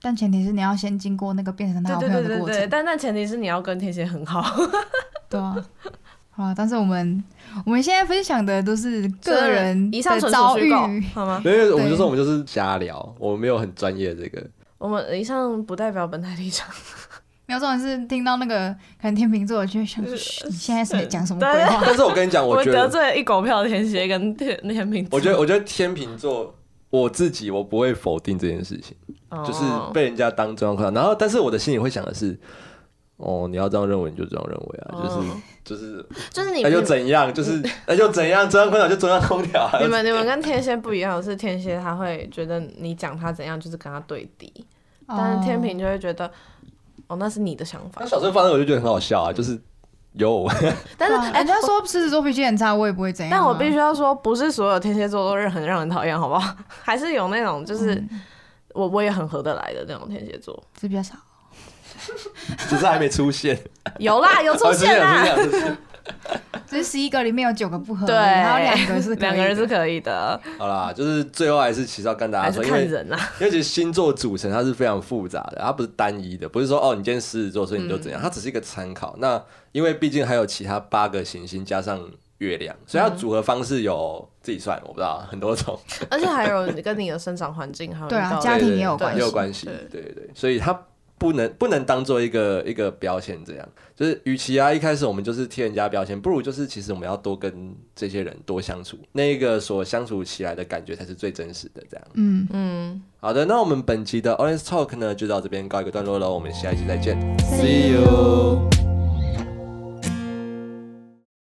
C: 但前提是你要先经过那个变成
B: 对
C: 他好
B: 对
C: 朋友
B: 对
C: 的
B: 对
C: 过
B: 对，
C: 程，
B: 但但前提是你要跟天蝎很好。
C: 对啊。好啊，但是我们我们现在分享的都是 个 人
B: 以上
C: 的
B: 纯
C: 遭
B: 属虚
C: 遇，
B: 构，好吗？
A: 因为我们就
C: 对
A: 说我们就是瞎聊，我们没有很专业这个。
B: 我们以上不代表本台立场。
C: 没有重点是听到那个可能天秤座的就会想说，嘘你现在是在讲什么鬼
B: 呃对
C: 话？
A: 但是我跟你讲，
B: 我
A: 觉
B: 得
A: 得，
B: 罪了一狗票天蝎跟天天秤座，
A: 我觉得，我觉得天秤座，我自己我不会否定这件事情。
B: 哦
A: 就是被人家当中央空调。然后，但是我的心里会想的是，哦，你要这样认为你就这样认为啊，
B: 哦
A: 就是就是
B: 就是你
A: 那就哎怎样，就是那就怎样，中央空调就 中央空调啊。
B: 你们你们跟天蝎不一样的是，天蝎他会觉得你讲他怎样就是跟他对敌，但是天
C: 平。
B: 平就会觉得哦那是你的想法
A: 那。小时候发生我就觉得很好笑啊，就是有
B: 但是
C: 对啊
B: 哎
C: 人，家说狮子座脾气很差，我也不会怎样啊。
B: 但我必须要说，不是所有天蝎座都是很让人讨厌，好不好？ 还是有那种就是
C: 嗯
B: 我我也很合得来的那种天蝎座，
C: 是比较少。
A: 只是还没出现，
B: 有啦有出
A: 哦
B: 现啦，
A: 出现出现
C: 只是十一个里面有九个 不合，
B: 对
C: 然后两个是可以 的
B: 两个人是可以的，
A: 好啦，就是最后还是其实要跟大
B: 还
A: 家
B: 是
A: 说，因
B: 看
A: 为
B: 人啊 啦。
A: 因为其实星座组成它是非常复杂的，它不是单一的，不是说哦你今天狮子座所以你就怎
C: 嗯
A: 样，它只是一个参考。那因为毕竟还有其他八个行星加上月亮，所以
C: 嗯
A: 它组合方式有自己算，我不知道很多种，
B: 而且还有跟你的生长环境还有
C: 对啊
B: 遇到的
C: 家庭
A: 对对
C: 也有
A: 对
C: 关系
A: 也有关系，对对对，所以它不能不能当做一个一个标签这样，就是与其啊一开始我们就是贴人家标签，不如就是其实我们要多跟这些人多相处，那一个所相处起来的感觉才是最真实的这样。
C: 嗯，
B: 嗯。
A: 好的，那我们本期的 Orange Talk 呢，就到这边告一个段落喽，我们下一期再见，See you。